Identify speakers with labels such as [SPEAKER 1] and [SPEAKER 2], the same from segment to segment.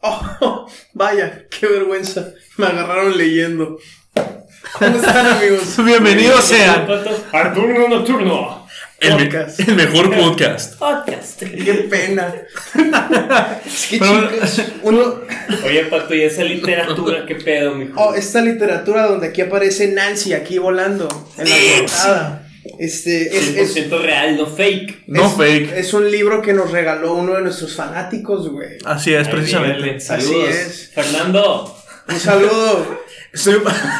[SPEAKER 1] Oh, vaya, qué vergüenza. Me agarraron leyendo. ¿Cómo están, amigos?
[SPEAKER 2] Bienvenidos sean.
[SPEAKER 3] Arturno Nocturno.
[SPEAKER 2] El, me-
[SPEAKER 1] Podcast.
[SPEAKER 2] el mejor podcast.
[SPEAKER 4] Podcast.
[SPEAKER 1] Qué pena. Es que
[SPEAKER 2] Pero-
[SPEAKER 1] chicos, uno.
[SPEAKER 3] Oye, Pato, ¿y esa literatura qué pedo, mijo?
[SPEAKER 1] Oh, esta literatura donde aquí aparece Nancy aquí volando en la portada. Este es, es-
[SPEAKER 3] 100% real, no fake.
[SPEAKER 2] No
[SPEAKER 1] es-
[SPEAKER 2] fake.
[SPEAKER 1] Es un libro que nos regaló uno de nuestros fanáticos, güey.
[SPEAKER 2] Así es,
[SPEAKER 3] Ahí,
[SPEAKER 2] precisamente.
[SPEAKER 3] dale. Saludos.
[SPEAKER 1] Así es.
[SPEAKER 3] Fernando.
[SPEAKER 2] Ah.
[SPEAKER 1] Un saludo.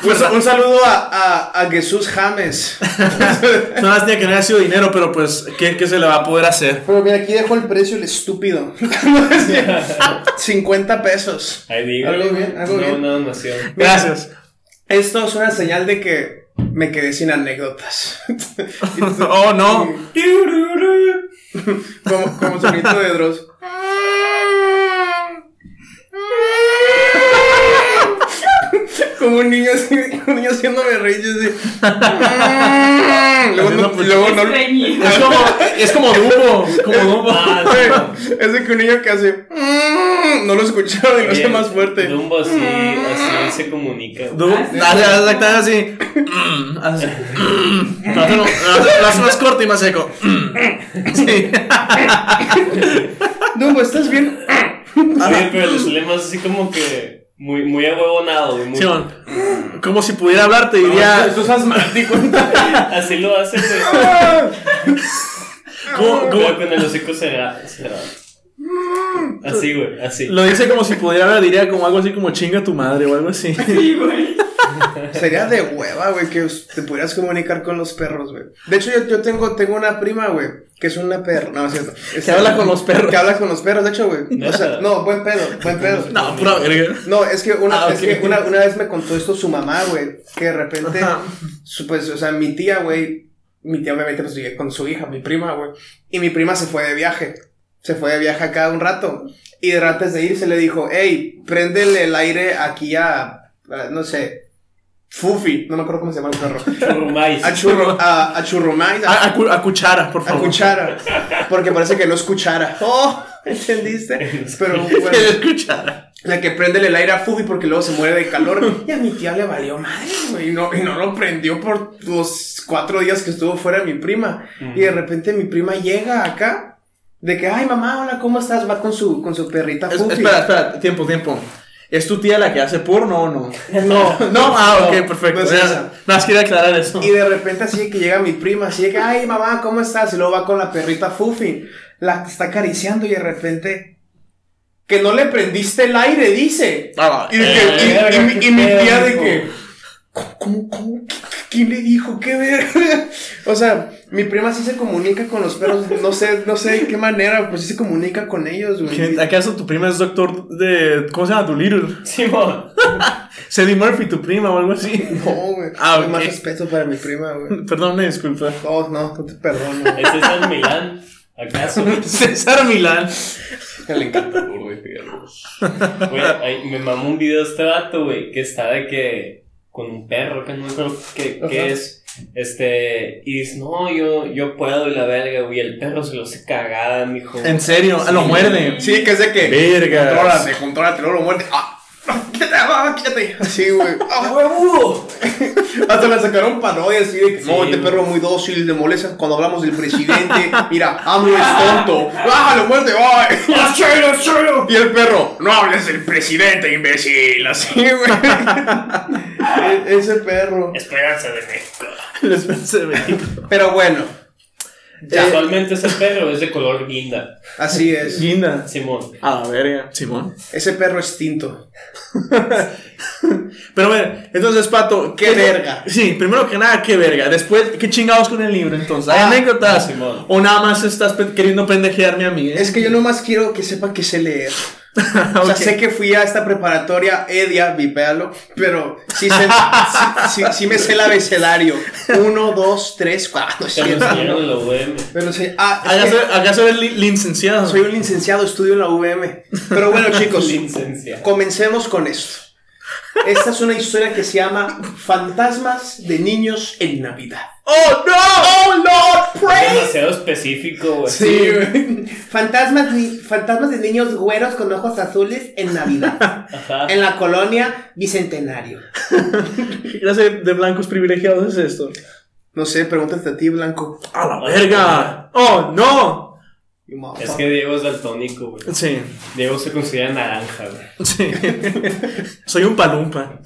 [SPEAKER 2] Pues,
[SPEAKER 1] un, un saludo a, a, a Jesús James.
[SPEAKER 2] No lástima que no haya sido dinero, pero pues, ¿qué, qué se le va a poder hacer?
[SPEAKER 1] Pero mira, aquí dejo el precio el estúpido. 50 pesos.
[SPEAKER 3] Ahí digo.
[SPEAKER 1] Algo bien, algo
[SPEAKER 3] no,
[SPEAKER 1] bien.
[SPEAKER 3] No, nación.
[SPEAKER 1] Mira,
[SPEAKER 2] Gracias.
[SPEAKER 1] Esto es una señal de que me quedé sin anécdotas.
[SPEAKER 2] Oh, no.
[SPEAKER 1] como, como sonido de Dross. como un niño, así, un niño haciéndome reír. yo así. luego no, luego no-
[SPEAKER 4] Estreñido.
[SPEAKER 2] Es como, es como Dumbo. Como Dumbo.
[SPEAKER 3] Ah,
[SPEAKER 1] Es de que un niño que hace. No lo escucharon y lo hace
[SPEAKER 3] Bien.
[SPEAKER 1] más fuerte.
[SPEAKER 3] Dumbo así, así se comunica.
[SPEAKER 2] Dumbo.
[SPEAKER 1] Ah,
[SPEAKER 2] Dale, dale, dale, dale, así. Mm, así. Mm. No, no, Lo hace más corto y más seco. Mm. Sí.
[SPEAKER 1] Dumbo, ¿estás bien?
[SPEAKER 3] Oye, pero le sale más así como que muy, muy ahuevonado. güey, Muy,
[SPEAKER 2] Simón, como si pudiera hablar, te diría.
[SPEAKER 1] Eso es asmático.
[SPEAKER 3] así lo hace, güey.
[SPEAKER 2] como- como-
[SPEAKER 3] Pero con el hocico cerrado. cerrado. Así, güey, así.
[SPEAKER 2] Mm. lo dice como si pudiera hablar, diría como algo así como chinga tu madre o algo así.
[SPEAKER 1] Sería de hueva, güey, que us- te pudieras comunicar con los perros, güey. De hecho, yo, yo tengo, tengo una prima, güey, que es una perra. No, es cierto. Este,
[SPEAKER 2] habla con los perros.
[SPEAKER 1] Que habla con los perros, de hecho, güey. O sea,
[SPEAKER 3] Neta.
[SPEAKER 1] no, buen pedo, buen pedo.
[SPEAKER 2] No, pura verga.
[SPEAKER 1] No, es que, una,
[SPEAKER 2] Ah,
[SPEAKER 1] es
[SPEAKER 2] ok.
[SPEAKER 1] que una, una vez me contó esto su mamá, güey, que de repente,
[SPEAKER 2] Ajá.
[SPEAKER 1] su- pues, o sea, mi tía, güey, mi tía obviamente pues vive con su hija, mi prima, güey, y mi prima se fue de viaje, se fue de viaje acá un rato, y de antes de irse le dijo, hey, préndele el aire aquí a, a, no sé, Fufi, no me acuerdo cómo se llama el perro,
[SPEAKER 3] Churrumais.
[SPEAKER 1] a, churro, a, a Churrumais, a,
[SPEAKER 2] A, a cu- a cuchara, Ah, por
[SPEAKER 1] a
[SPEAKER 2] favor.
[SPEAKER 1] Cuchara, porque parece que no es Cuchara, oh, ¿entendiste? Pero bueno.
[SPEAKER 2] cuchara.
[SPEAKER 1] La que prende el aire a Fubi porque luego se muere de calor. Y a mi tía le valió madre, güey. Y no, y no lo prendió por los cuatro días que estuvo fuera mi prima. Y de repente mi prima llega acá. De que, ay, mamá, hola, ¿cómo estás? Va con su, con su perrita
[SPEAKER 2] Es-
[SPEAKER 1] Fubi.
[SPEAKER 2] espera, espera, tiempo, tiempo. ¿Es tu tía la que hace porno o no?
[SPEAKER 1] No,
[SPEAKER 2] No, ah, ok,
[SPEAKER 1] no,
[SPEAKER 2] perfecto.
[SPEAKER 1] no es
[SPEAKER 2] Ya,
[SPEAKER 1] esa.
[SPEAKER 2] nada más quería aclarar eso.
[SPEAKER 1] Y de repente así de que llega mi prima, así de que, ay mamá, ¿cómo estás? Y luego va con la perrita Fufi, la está acariciando y de repente, que no le prendiste el aire, dice.
[SPEAKER 2] Ah,
[SPEAKER 1] Y, de que- y-
[SPEAKER 3] eh,
[SPEAKER 1] y mi-
[SPEAKER 3] qué
[SPEAKER 1] y mi
[SPEAKER 3] pedo,
[SPEAKER 1] tía de
[SPEAKER 3] hijo.
[SPEAKER 1] que, ¿cómo, cómo, cómo? ¿Qui- qui- ¿Quién le dijo? ¿Qué verga? O sea, mi prima sí se comunica con los perros, no sé, no sé de qué manera, pues sí se comunica con ellos, güey.
[SPEAKER 2] ¿Quién- ¿Acaso tu prima es doctor de. ¿Cómo se llama? Doolittle.
[SPEAKER 3] Simón.
[SPEAKER 2] Sadie Murphy, tu prima o algo así.
[SPEAKER 1] No, güey.
[SPEAKER 2] Ah,
[SPEAKER 1] Más
[SPEAKER 2] ok.
[SPEAKER 1] respeto para mi prima, güey.
[SPEAKER 2] Perdón, me disculpa.
[SPEAKER 1] Oh, no, no te perdono. güey.
[SPEAKER 3] ¿Ese es el Milán? ¿Acaso?
[SPEAKER 2] César Milán.
[SPEAKER 3] Le encanta Burro y Fierros. Güey, ay, me mamó un video este vato, güey, que está de que. con un perro, que no me acuerdo qué, qué
[SPEAKER 1] Ajá.
[SPEAKER 3] es. Este. Y dice, no, yo, yo puedo y la verga, güey. El perro se lo hace cagada, mijo.
[SPEAKER 2] En serio, ah, lo muerde.
[SPEAKER 1] Sí, que es de que.
[SPEAKER 2] Vergas.
[SPEAKER 1] Contrólate, contrólate, luego lo muerde. ¡Ah! ¡Quítate, ah, quítate! Así, güey. ¡Ah, huevudo! Hasta le sacaron parodia así de que no, este
[SPEAKER 3] güey.
[SPEAKER 1] perro muy dócil, le molesta cuando hablamos del presidente. Mira, AMLO es tonto. ¡Ah, lo muerde! ¡Ay! ¡Es chulo, es chulo! Y el perro, no hables del presidente, imbécil. Así, güey. E- Ese perro.
[SPEAKER 3] Esperanza de México.
[SPEAKER 2] Les pensé, güey.
[SPEAKER 1] Pero bueno, eh,
[SPEAKER 3] Casualmente ese perro es de color guinda.
[SPEAKER 1] así es.
[SPEAKER 2] Guinda.
[SPEAKER 3] Simón.
[SPEAKER 2] A la verga. Simón.
[SPEAKER 1] Ese perro es tinto.
[SPEAKER 2] Pero bueno, entonces, Pato,
[SPEAKER 1] Qué verga.
[SPEAKER 2] Sí, primero que nada, qué verga. Después, qué chingados con el libro, entonces. ¿Hay
[SPEAKER 1] Ah,
[SPEAKER 2] anécdotas?
[SPEAKER 3] Simón.
[SPEAKER 2] o nada más estás pe- queriendo pendejearme a mí. ¿eh?
[SPEAKER 1] Es que yo nomás quiero que sepan que sé leer. O sea,
[SPEAKER 2] Ok.
[SPEAKER 1] sé que fui a esta preparatoria Edia, vipéalo, pero sí, sé- sí, sí- sí me sé el abecedario. Uno, dos, tres, cuatro,
[SPEAKER 3] Te lo
[SPEAKER 1] siete.
[SPEAKER 3] enseñaron en la UM.
[SPEAKER 1] Pero sí, ah, es que
[SPEAKER 2] ¿Acaso, acaso eres li- licenciado?
[SPEAKER 1] soy un licenciado, estudio en la UVM. Pero bueno, chicos,
[SPEAKER 3] Licencia.
[SPEAKER 1] comencemos con esto. Esta es una historia que se llama Fantasmas de niños en Navidad.
[SPEAKER 2] ¡Oh, no! ¡Oh, Lord!
[SPEAKER 3] Demasiado específico, güey.
[SPEAKER 1] Sí, güey. Fantasmas, ni- fantasmas de niños güeros con ojos azules en Navidad.
[SPEAKER 3] Ajá.
[SPEAKER 1] en la colonia Bicentenario.
[SPEAKER 2] Clase de blancos privilegiados es esto.
[SPEAKER 1] No sé, pregúntate a ti, Blanco.
[SPEAKER 2] ¡A la verga! ¡Oh, no!
[SPEAKER 1] You
[SPEAKER 3] Es
[SPEAKER 1] motherfucker.
[SPEAKER 3] que Diego es daltónico, güey.
[SPEAKER 2] Sí,
[SPEAKER 3] Diego se considera naranja, güey.
[SPEAKER 2] sí. Soy un palumpa.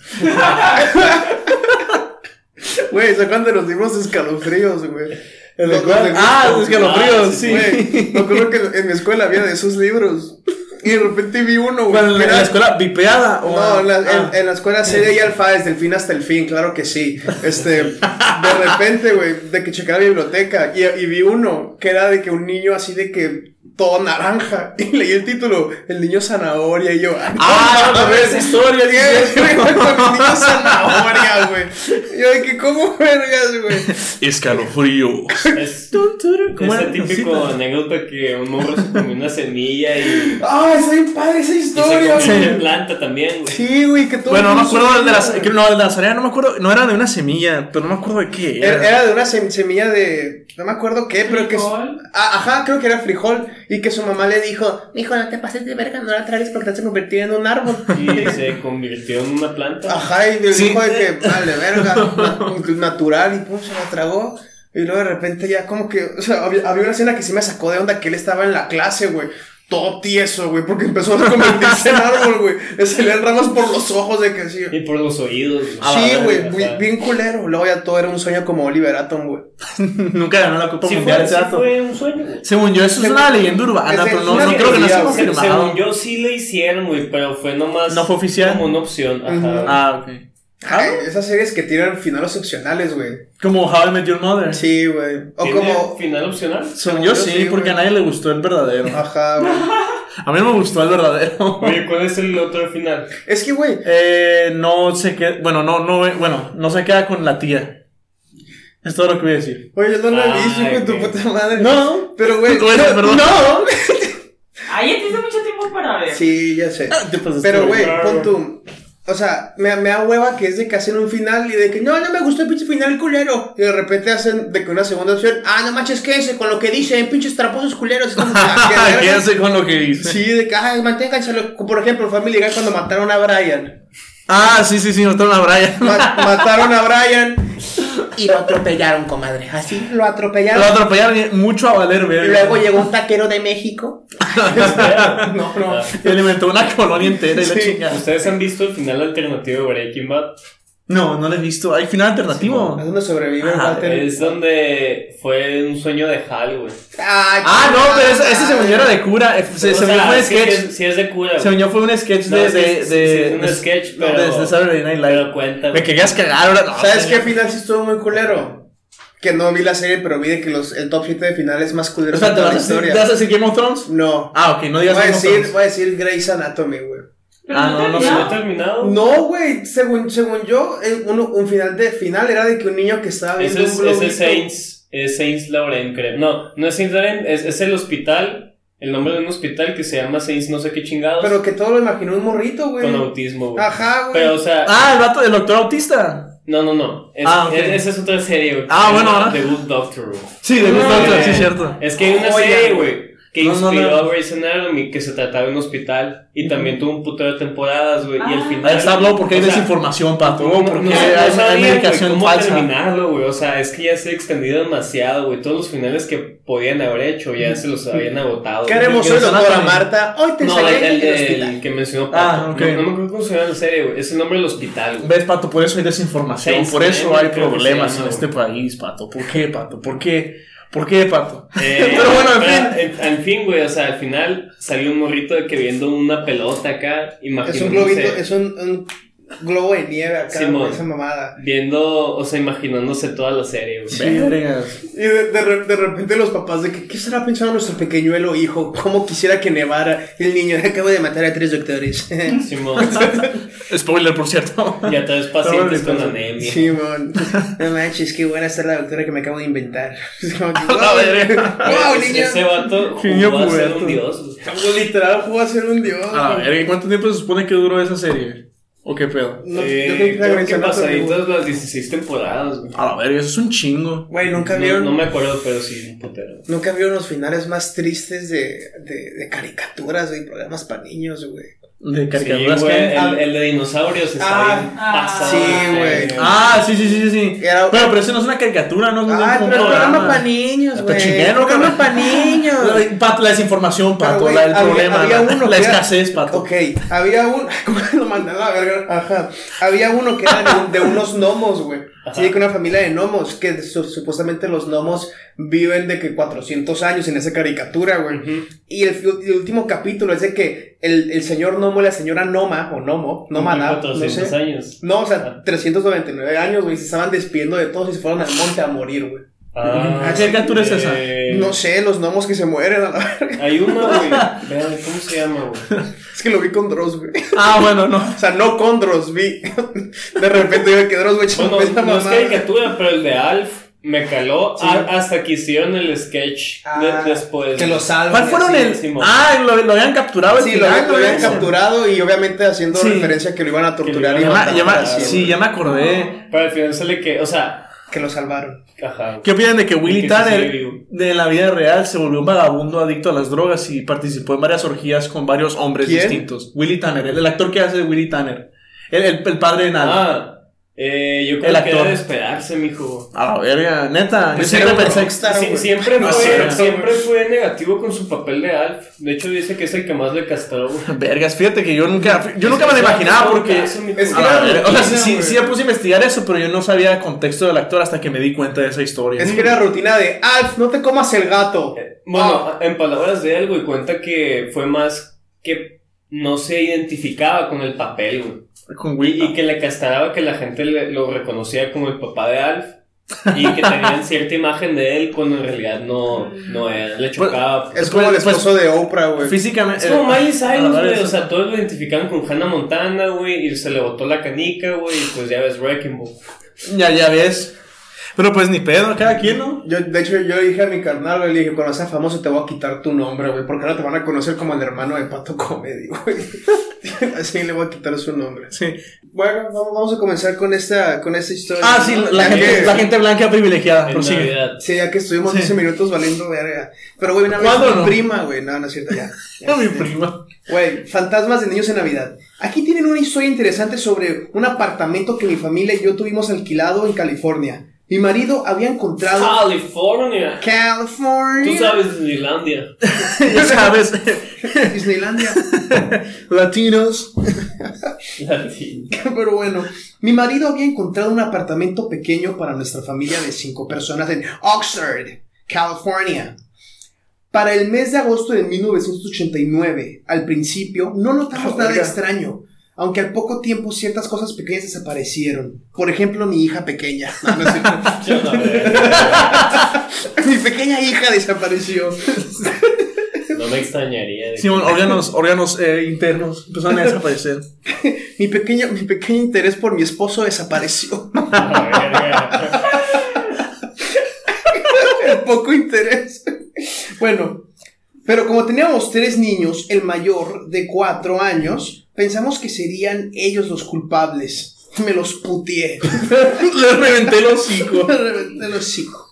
[SPEAKER 1] Güey, ¿se acuerdan de los libros escalofríos, güey? En los
[SPEAKER 2] cual-
[SPEAKER 1] cuales-
[SPEAKER 2] Ah, los escalofríos,
[SPEAKER 3] Ah, sí,
[SPEAKER 2] sí.
[SPEAKER 1] Güey, me acuerdo que en mi escuela había de esos libros. Y de repente vi uno, güey.
[SPEAKER 2] Bueno,
[SPEAKER 1] que
[SPEAKER 2] en
[SPEAKER 1] era-
[SPEAKER 2] la escuela vipeada. o-
[SPEAKER 1] No, en la,
[SPEAKER 2] ah.
[SPEAKER 1] en, en la escuela seria y alfa, desde el fin hasta el fin, claro que sí. Este, de repente, güey, de que chequé la biblioteca y, y vi uno que era de que un niño así de que todo naranja. Y leí el título, el niño zanahoria. Y yo, ¡ah!
[SPEAKER 2] Ah, no, pero es historia,
[SPEAKER 1] güey,
[SPEAKER 2] sí,
[SPEAKER 1] güey, con el niño zanahoria, güey. Yo de que, ¿cómo vergas, güey?
[SPEAKER 2] Escalofríos.
[SPEAKER 3] Es
[SPEAKER 2] ¿Cómo
[SPEAKER 3] esa
[SPEAKER 2] era?
[SPEAKER 3] típico anécdota que un morro se comió una semilla y,
[SPEAKER 1] ¡Ay, está bien padre esa
[SPEAKER 3] y se
[SPEAKER 1] historia,
[SPEAKER 3] comió
[SPEAKER 1] güey!
[SPEAKER 3] una planta también, güey.
[SPEAKER 1] Sí, güey, que todo.
[SPEAKER 2] Bueno, no me
[SPEAKER 1] el mundo
[SPEAKER 2] acuerdo del de la...
[SPEAKER 1] sabía,
[SPEAKER 2] que-
[SPEAKER 1] güey.
[SPEAKER 2] No, el de la salida no me acuerdo... No era de una semilla, pero no me acuerdo de qué
[SPEAKER 1] Era
[SPEAKER 2] era.
[SPEAKER 1] era de una sem- semilla de. No me acuerdo qué, pero que.
[SPEAKER 3] ¿Frijol?
[SPEAKER 1] Ah, ajá, creo que era frijol. Y que su mamá le dijo: Mijo, no te pases de verga, no la traes porque te vas a convertir en un árbol.
[SPEAKER 3] Y se convirtió en una planta.
[SPEAKER 1] Ajá, y le
[SPEAKER 2] Sí.
[SPEAKER 1] dijo de que, vale, verga, na- natural, y pum, se la tragó. Y luego de repente ya como que, o sea, había, había una escena que sí me sacó de onda que él estaba en la clase, güey. Todo tieso, güey, porque empezó a convertirse en árbol, güey. Le salían ramas por los ojos de que sí.
[SPEAKER 3] Y por los oídos, güey.
[SPEAKER 2] Ah,
[SPEAKER 1] Sí,
[SPEAKER 2] la
[SPEAKER 1] güey,
[SPEAKER 3] verga,
[SPEAKER 1] bi-
[SPEAKER 3] ajá.
[SPEAKER 1] bien culero. Luego ya todo era un sueño como Oliver Atom, güey.
[SPEAKER 2] Nunca ganó la Copa
[SPEAKER 3] Sí
[SPEAKER 2] Mundial
[SPEAKER 3] fue,
[SPEAKER 2] ese
[SPEAKER 3] sí
[SPEAKER 2] dato.
[SPEAKER 3] fue un sueño, güey.
[SPEAKER 2] Según yo, eso es
[SPEAKER 1] Según-
[SPEAKER 2] una leyenda urbana,
[SPEAKER 1] Ese-
[SPEAKER 2] pero
[SPEAKER 1] es
[SPEAKER 2] no,
[SPEAKER 1] una
[SPEAKER 2] no creo que no
[SPEAKER 1] teoría,
[SPEAKER 2] sea
[SPEAKER 1] güey.
[SPEAKER 3] Se-
[SPEAKER 2] confirmado.
[SPEAKER 3] Según yo sí le hicieron, güey, pero fue nomás.
[SPEAKER 2] ¿No fue oficial?
[SPEAKER 3] Como una opción. Ajá.
[SPEAKER 1] Ujú.
[SPEAKER 2] Ah, ok.
[SPEAKER 1] Ay, eh, esas series que tiran finales opcionales, güey.
[SPEAKER 2] Como How I Met Your Mother.
[SPEAKER 1] Sí, güey. O
[SPEAKER 3] ¿Tiene
[SPEAKER 1] como.
[SPEAKER 3] final opcional?
[SPEAKER 2] Según yo,
[SPEAKER 1] Según yo,
[SPEAKER 2] sí,
[SPEAKER 1] sí,
[SPEAKER 2] porque
[SPEAKER 1] güey.
[SPEAKER 2] a nadie le gustó el verdadero.
[SPEAKER 1] Ajá, güey.
[SPEAKER 2] A mí no me gustó el verdadero.
[SPEAKER 3] Oye, ¿cuál es el otro final?
[SPEAKER 1] Es que, güey.
[SPEAKER 2] Eh, no se queda, bueno, no, no, eh, bueno, no se queda con la tía. Es todo lo que voy a decir.
[SPEAKER 1] Oye, yo no la
[SPEAKER 3] Ay,
[SPEAKER 1] vi, hijo de tu
[SPEAKER 3] güey.
[SPEAKER 1] puta madre.
[SPEAKER 2] No.
[SPEAKER 1] Pero, güey.
[SPEAKER 2] Bueno, perdón.
[SPEAKER 1] No.
[SPEAKER 4] Ahí tienes mucho tiempo para ver.
[SPEAKER 1] Sí, ya sé.
[SPEAKER 2] Te pasaste
[SPEAKER 1] Pero,
[SPEAKER 2] de
[SPEAKER 1] güey,
[SPEAKER 2] verga.
[SPEAKER 1] pon tu. O sea, me, me da hueva que es de que hacen un final y de que no, no me gustó el pinche final culero. Y de repente hacen de que una segunda opción, ah, no manches, quédense con lo que dicen, pinches traposos culeros. Es como, ah, qué verga.
[SPEAKER 2] Quédense con lo que dice.
[SPEAKER 1] Sí, de que, ay, manténganse. lo- Por ejemplo, Family Guy cuando mataron a Brian.
[SPEAKER 2] Ah, sí, sí, sí, mataron a Brian.
[SPEAKER 1] Ma- mataron a Brian y lo atropellaron, comadre. Así lo atropellaron.
[SPEAKER 2] Lo atropellaron y mucho a valer verga.
[SPEAKER 1] Y Luego llegó un taquero de México. no, no.
[SPEAKER 3] Ah.
[SPEAKER 2] Y alimentó una colonia entera y la
[SPEAKER 1] Sí.
[SPEAKER 2] chingada.
[SPEAKER 3] ¿Ustedes han visto el final alternativo de Breaking Bad?
[SPEAKER 2] No, no lo he visto. Hay final alternativo.
[SPEAKER 1] ¿A dónde sobrevive
[SPEAKER 2] Ah,
[SPEAKER 1] Walter?
[SPEAKER 3] Es donde fue un sueño de Hal, güey.
[SPEAKER 1] Ay,
[SPEAKER 2] Ah, no, pero ese, ese
[SPEAKER 1] ay.
[SPEAKER 2] según yo era de cura. eh, Se,
[SPEAKER 3] O
[SPEAKER 2] se
[SPEAKER 3] sea,
[SPEAKER 2] unió fue un
[SPEAKER 3] sí
[SPEAKER 2] sketch.
[SPEAKER 3] es- sí es de cura.
[SPEAKER 2] Se unió fue un sketch
[SPEAKER 3] No,
[SPEAKER 2] de,
[SPEAKER 3] sí,
[SPEAKER 2] de,
[SPEAKER 3] sí,
[SPEAKER 2] de,
[SPEAKER 3] sí, es un
[SPEAKER 2] de-
[SPEAKER 3] sketch,
[SPEAKER 2] de-
[SPEAKER 3] pero-
[SPEAKER 2] de Saturday Night Live.
[SPEAKER 3] Pero cuenta,
[SPEAKER 2] Me
[SPEAKER 3] güey.
[SPEAKER 2] querías cagar ahora. No,
[SPEAKER 1] ¿Sabes qué
[SPEAKER 2] señor.
[SPEAKER 1] final sí estuvo muy culero? Que no vi la serie, pero vi de que los, el top 7 de finales más
[SPEAKER 2] O
[SPEAKER 1] culeros de
[SPEAKER 2] sea, ¿te
[SPEAKER 1] toda
[SPEAKER 2] vas
[SPEAKER 1] la
[SPEAKER 2] a decir,
[SPEAKER 1] historia.
[SPEAKER 2] te vas a decir Game of Thrones?
[SPEAKER 1] No.
[SPEAKER 2] Ah, ok, no digas
[SPEAKER 1] Voy a
[SPEAKER 2] Game of
[SPEAKER 1] decir,
[SPEAKER 2] Thrones.
[SPEAKER 1] voy a decir Grey's Anatomy, güey.
[SPEAKER 4] Pero
[SPEAKER 2] Ah,
[SPEAKER 4] no,
[SPEAKER 2] no, no
[SPEAKER 3] ¿No ha
[SPEAKER 4] terminaba.
[SPEAKER 3] terminado?
[SPEAKER 1] No, güey, según, según yo, el- uno- un final de final era de que un niño que estaba viendo
[SPEAKER 3] Ese es,
[SPEAKER 1] un
[SPEAKER 3] ese es
[SPEAKER 1] globito.
[SPEAKER 3] Saints, es Saints Laurent, creo. No, no es Saints Laurent, es, es el hospital, el nombre de un hospital que se llama Saints no sé qué chingados,
[SPEAKER 1] Pero que todo lo imaginó un morrito, güey.
[SPEAKER 3] con autismo, güey.
[SPEAKER 1] Ajá, güey.
[SPEAKER 3] Pero, o sea,
[SPEAKER 2] Ah, el vato del doctor autista.
[SPEAKER 3] no, no, no. Es-
[SPEAKER 2] Ah, ok.
[SPEAKER 3] es- esa es otra serie, güey.
[SPEAKER 2] Ah, bueno, ahora.
[SPEAKER 3] The Good Doctor, güey.
[SPEAKER 2] Sí, de Good
[SPEAKER 1] No,
[SPEAKER 2] Doctor,
[SPEAKER 1] eh.
[SPEAKER 2] sí, cierto.
[SPEAKER 3] Es que hay una
[SPEAKER 1] Oye,
[SPEAKER 3] serie,
[SPEAKER 1] güey.
[SPEAKER 3] güey, que
[SPEAKER 2] No, no,
[SPEAKER 3] inspiró
[SPEAKER 2] no.
[SPEAKER 3] a Grey's Anatomy, que se trataba de un hospital, y también tuvo un putero de temporadas, güey, y al
[SPEAKER 4] Ah.
[SPEAKER 3] final...
[SPEAKER 2] Ahí está Blow porque hay
[SPEAKER 3] o sea,
[SPEAKER 2] desinformación, pato.
[SPEAKER 3] No,
[SPEAKER 2] porque
[SPEAKER 3] no, no
[SPEAKER 2] hay, hay
[SPEAKER 3] sabía, güey,
[SPEAKER 2] medicación
[SPEAKER 3] cómo
[SPEAKER 2] falsa.
[SPEAKER 3] terminarlo, güey. O sea, es que ya se ha extendido demasiado, güey. Todos los finales que podían haber hecho ya se los habían agotado.
[SPEAKER 1] ¿Qué
[SPEAKER 3] güey.
[SPEAKER 1] haremos
[SPEAKER 2] Yo-
[SPEAKER 1] hoy,
[SPEAKER 2] yo-
[SPEAKER 1] doctora
[SPEAKER 2] Anatomy.
[SPEAKER 1] Marta? Hoy te
[SPEAKER 3] No, el,
[SPEAKER 1] enseñaré
[SPEAKER 3] el-
[SPEAKER 1] el
[SPEAKER 3] el
[SPEAKER 1] hospital.
[SPEAKER 3] que mencionó Pato.
[SPEAKER 2] Ah, ok.
[SPEAKER 3] no, no me acuerdo cómo se llama la serie, güey. Es el nombre del hospital, güey.
[SPEAKER 2] ¿Ves, pato? Por eso hay desinformación.
[SPEAKER 3] Seis
[SPEAKER 2] Por eso
[SPEAKER 3] meses,
[SPEAKER 2] hay
[SPEAKER 3] creo que
[SPEAKER 2] problemas
[SPEAKER 3] se
[SPEAKER 2] en
[SPEAKER 3] llama,
[SPEAKER 2] este país, pato. ¿Por qué, pato? ¿Por qué? ¿Por qué, pato?
[SPEAKER 3] Eh,
[SPEAKER 2] Pero bueno, en
[SPEAKER 3] para-
[SPEAKER 2] fin.
[SPEAKER 3] En, en fin, güey. O sea, al final salió un morrito de que viendo una pelota acá.
[SPEAKER 1] Es un
[SPEAKER 3] Imaginándose.
[SPEAKER 1] globito, es un, un globo de nieve acá,
[SPEAKER 3] Simón.
[SPEAKER 1] güey, esa mamada.
[SPEAKER 3] Viendo, o sea, imaginándose toda la serie, güey.
[SPEAKER 2] Vergas.
[SPEAKER 1] Y de, de re- de repente los papás de que, ¿qué estará pensando nuestro pequeñuelo hijo? ¿Cómo quisiera que nevara? El niño, acabo de matar a tres doctores.
[SPEAKER 3] Simón.
[SPEAKER 2] Spoiler, por cierto.
[SPEAKER 3] y a tres pacientes con anemia.
[SPEAKER 1] Simón, no manches, qué buena está la doctora que me acabo de inventar. Es como que,
[SPEAKER 2] A la verga.
[SPEAKER 1] wow, wow,
[SPEAKER 3] Güey,
[SPEAKER 1] niño.
[SPEAKER 3] Ese vato
[SPEAKER 2] Niño
[SPEAKER 3] jugó a ser
[SPEAKER 2] puberto.
[SPEAKER 3] un dios, güey.
[SPEAKER 1] Literal, puedo ser un dios.
[SPEAKER 3] Ah,
[SPEAKER 2] A ver, ¿cuánto tiempo se supone que duró esa serie? ¿O qué pedo?
[SPEAKER 1] No,
[SPEAKER 3] Eh,
[SPEAKER 1] yo creo que la
[SPEAKER 3] creo que
[SPEAKER 1] Grey's Anatomy, güey.
[SPEAKER 3] pasaditas las 16 temporadas, güey.
[SPEAKER 2] A la verga, eso es un chingo.
[SPEAKER 1] Güey, nunca
[SPEAKER 3] No,
[SPEAKER 1] vieron.
[SPEAKER 3] no me acuerdo, pero sí, un putero.
[SPEAKER 1] Nunca vieron los finales más tristes de, de, de caricaturas, güey, programas para niños, güey.
[SPEAKER 2] De
[SPEAKER 3] Sí,
[SPEAKER 2] caricaturas
[SPEAKER 3] güey,
[SPEAKER 2] que-
[SPEAKER 3] el, el de dinosaurios está
[SPEAKER 1] Ah,
[SPEAKER 3] bien
[SPEAKER 4] ah,
[SPEAKER 3] pasado
[SPEAKER 1] sí,
[SPEAKER 3] de
[SPEAKER 1] güey.
[SPEAKER 3] verga.
[SPEAKER 2] Ah, sí, sí, sí, sí, sí.
[SPEAKER 1] Era-
[SPEAKER 2] Pero, pero eso no es una caricatura, no es
[SPEAKER 1] Ay,
[SPEAKER 2] un
[SPEAKER 1] Ah, pero es programa para
[SPEAKER 2] Ah,
[SPEAKER 1] niños,
[SPEAKER 2] te
[SPEAKER 1] güey.
[SPEAKER 2] chingué, ¿no,
[SPEAKER 1] Programa
[SPEAKER 2] cabrón?
[SPEAKER 1] para niños.
[SPEAKER 2] La, pa- la desinformación,
[SPEAKER 1] Pero,
[SPEAKER 2] pato,
[SPEAKER 1] güey,
[SPEAKER 2] la del
[SPEAKER 1] había-
[SPEAKER 2] problema,
[SPEAKER 1] había
[SPEAKER 2] la,
[SPEAKER 1] uno
[SPEAKER 2] la
[SPEAKER 1] que era-
[SPEAKER 2] escasez, pato.
[SPEAKER 1] Ok, había un. ¿Cómo lo mandan a la verga? Ajá. Había uno que era de, un- de unos gnomos, güey. Sí, que una familia de gnomos. Que su- supuestamente los gnomos viven de que 400 años en esa caricatura, güey.
[SPEAKER 3] Ujú.
[SPEAKER 1] Y el, fi- el último capítulo es de que el, el señor gnomo y la señora Noma, o Nomo, Nómada, no
[SPEAKER 3] 400
[SPEAKER 1] sé.
[SPEAKER 3] años.
[SPEAKER 1] No, o sea, 399 años, güey. Se estaban despidiendo de todos y se fueron al monte a morir, güey.
[SPEAKER 2] ¿Qué caricatura es esa?
[SPEAKER 3] eh,
[SPEAKER 1] No sé, los gnomos que se mueren a la verga.
[SPEAKER 3] Hay una, güey. Vean, ¿cómo se llama, güey?
[SPEAKER 1] Es que lo vi con Dross, güey.
[SPEAKER 2] Ah, bueno, no.
[SPEAKER 1] O sea, no con Dross, vi. De repente yo que Dross, güey,
[SPEAKER 3] Pues
[SPEAKER 1] chingó esa
[SPEAKER 3] Bueno, no es
[SPEAKER 1] mamada.
[SPEAKER 3] caricatura, pero el de Alf me caló
[SPEAKER 1] Sí.
[SPEAKER 3] a- hasta que hicieron el sketch de-
[SPEAKER 1] Ah,
[SPEAKER 3] después.
[SPEAKER 1] Que lo salvan.
[SPEAKER 2] ¿Cuál fueron
[SPEAKER 3] sí,
[SPEAKER 2] el...?
[SPEAKER 3] Simón.
[SPEAKER 2] Ah, lo, lo habían capturado al
[SPEAKER 1] Sí, lo,
[SPEAKER 2] final,
[SPEAKER 1] habían- lo habían
[SPEAKER 2] ¿no?
[SPEAKER 1] capturado y obviamente haciendo
[SPEAKER 2] Sí.
[SPEAKER 1] referencia a que lo iban a torturar.
[SPEAKER 3] Que
[SPEAKER 1] y
[SPEAKER 2] Ya
[SPEAKER 3] lo iban a
[SPEAKER 1] matar.
[SPEAKER 2] me- ya me-
[SPEAKER 3] capturar,
[SPEAKER 2] sí, ya me acordé.
[SPEAKER 3] Pero al final sale que, o sea,
[SPEAKER 1] Que lo salvaron.
[SPEAKER 3] ajá.
[SPEAKER 2] ¿Qué opinan de que Willy
[SPEAKER 3] Que sí sigue vivo.
[SPEAKER 2] Tanner, de la vida real, se volvió un vagabundo adicto a las drogas y participó en varias orgías con varios hombres
[SPEAKER 1] ¿Quién?
[SPEAKER 2] distintos? Willy Tanner, el, el actor que hace de Willy Tanner. El, el, el padre de nada.
[SPEAKER 3] Ah, eh, yo
[SPEAKER 2] El
[SPEAKER 3] creo que
[SPEAKER 2] actor.
[SPEAKER 3] era de esperarse, mijo.
[SPEAKER 2] A la verga, neta.
[SPEAKER 1] Pues
[SPEAKER 2] yo
[SPEAKER 1] era
[SPEAKER 2] siempre
[SPEAKER 1] un
[SPEAKER 2] pensé
[SPEAKER 1] rockstar,
[SPEAKER 3] Sí,
[SPEAKER 1] güey.
[SPEAKER 3] siempre,
[SPEAKER 2] No
[SPEAKER 3] fue,
[SPEAKER 2] es cierto,
[SPEAKER 3] siempre fue negativo con su papel de Alf. De hecho, dice que es el que más le castró. güey.
[SPEAKER 2] Vergas, fíjate que yo nunca, yo nunca me lo
[SPEAKER 3] Es que
[SPEAKER 2] imaginaba
[SPEAKER 3] fue un
[SPEAKER 2] porque...
[SPEAKER 3] caso, mijo.
[SPEAKER 1] Es
[SPEAKER 2] Ah, A
[SPEAKER 1] que-
[SPEAKER 2] la verga, O sea, sí,
[SPEAKER 1] rutina,
[SPEAKER 2] sí,
[SPEAKER 1] güey.
[SPEAKER 2] sí me puse a investigar eso, pero yo no sabía el contexto del actor hasta que me di cuenta de esa historia.
[SPEAKER 1] Es que era rutina de Alf, no te comas el gato.
[SPEAKER 3] Eh,
[SPEAKER 2] Ah.
[SPEAKER 3] Bueno, en palabras de él, güey, cuenta que fue más que no se identificaba con el papel, güey.
[SPEAKER 2] Con
[SPEAKER 3] Y,
[SPEAKER 2] Willy.
[SPEAKER 3] y que le castraba que la gente le- lo reconocía como el papá de Alf. Y que tenían cierta imagen de él cuando en realidad no, no era. Le chocaba.
[SPEAKER 1] Es como el
[SPEAKER 2] Pues- pues-
[SPEAKER 1] esposo de Oprah, güey.
[SPEAKER 2] Físicamente.
[SPEAKER 3] es como
[SPEAKER 2] eh,
[SPEAKER 3] Miley
[SPEAKER 2] a la
[SPEAKER 3] Cyrus,
[SPEAKER 2] verga,
[SPEAKER 3] güey. O sea, todos lo identificaban con Hannah Montana, güey. Y se le botó la canica, güey. Y pues ya ves Wrecking Ball.
[SPEAKER 2] Ya, ya ves. Pero pues ni pedo, cada quien, ¿no?
[SPEAKER 1] Yo, de hecho, yo le dije a mi carnal, güey, le dije, cuando seas famoso te voy a quitar tu nombre, güey, porque ahora te van a conocer como el hermano de Pato Comedy, güey. Así le voy a quitar su nombre.
[SPEAKER 2] Sí.
[SPEAKER 1] Bueno, vamos vamos a comenzar con esta, con esta historia.
[SPEAKER 2] Ah, sí,
[SPEAKER 1] ¿no?
[SPEAKER 2] la, la
[SPEAKER 1] Ya
[SPEAKER 2] gente,
[SPEAKER 1] que-
[SPEAKER 2] la gente blanca privilegiada.
[SPEAKER 3] En
[SPEAKER 2] Ah, Prosigue.
[SPEAKER 3] Navidad.
[SPEAKER 1] Sí, ya que estuvimos
[SPEAKER 2] Sí.
[SPEAKER 1] 15 minutos valiendo verga. Pero, güey, una vez
[SPEAKER 2] ¿Cuándo
[SPEAKER 1] mi
[SPEAKER 2] no?
[SPEAKER 1] prima, güey. No, no es cierto, ya.
[SPEAKER 2] A mi prima.
[SPEAKER 1] Güey, fantasmas de niños en Navidad. Aquí tienen una historia interesante sobre un apartamento que mi familia y yo tuvimos alquilado en California. Mi marido había
[SPEAKER 2] Ah.
[SPEAKER 1] encontrado.
[SPEAKER 3] California. Tú
[SPEAKER 1] California.
[SPEAKER 3] sabes Disneylandia.
[SPEAKER 2] ya sabes.
[SPEAKER 1] Disneylandia.
[SPEAKER 2] Latinos.
[SPEAKER 3] Latín.
[SPEAKER 1] Pero bueno, mi marido había encontrado un apartamento pequeño para nuestra familia de cinco personas en Oxford, California. Para el mes de agosto de 1989, al principio, no notamos
[SPEAKER 2] Ah,
[SPEAKER 1] nada
[SPEAKER 2] oiga.
[SPEAKER 1] extraño, aunque al poco tiempo ciertas cosas pequeñas desaparecieron. Por ejemplo, mi hija pequeña. No, no es cierto.
[SPEAKER 3] Yo no, eh.
[SPEAKER 1] mi pequeña hija desapareció.
[SPEAKER 3] No me extrañaría. de que-
[SPEAKER 2] Simón, órganos, órganos eh, internos empezaron a desaparecer.
[SPEAKER 1] Mi pequeño, mi pequeño interés por mi esposo desapareció. El poco interés. Bueno, pero como teníamos tres niños, el mayor de cuatro años, pensamos que serían ellos los culpables. Me los putié.
[SPEAKER 2] Le reventé el hocico.
[SPEAKER 1] Me reventé el hocico.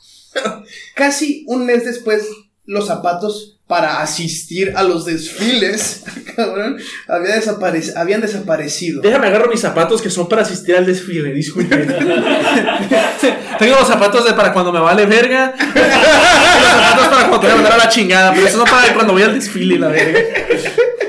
[SPEAKER 1] Casi un mes después, los zapatos para asistir a los desfiles, cabrón, había desapare- habían desaparecido.
[SPEAKER 2] Déjame agarro mis zapatos que son para asistir al desfile, disculpe. Tengo los zapatos de para cuando me vale verga. y los zapatos para cuando te voy a mandar a la chingada. Pero eso no para cuando voy al desfile, la verga.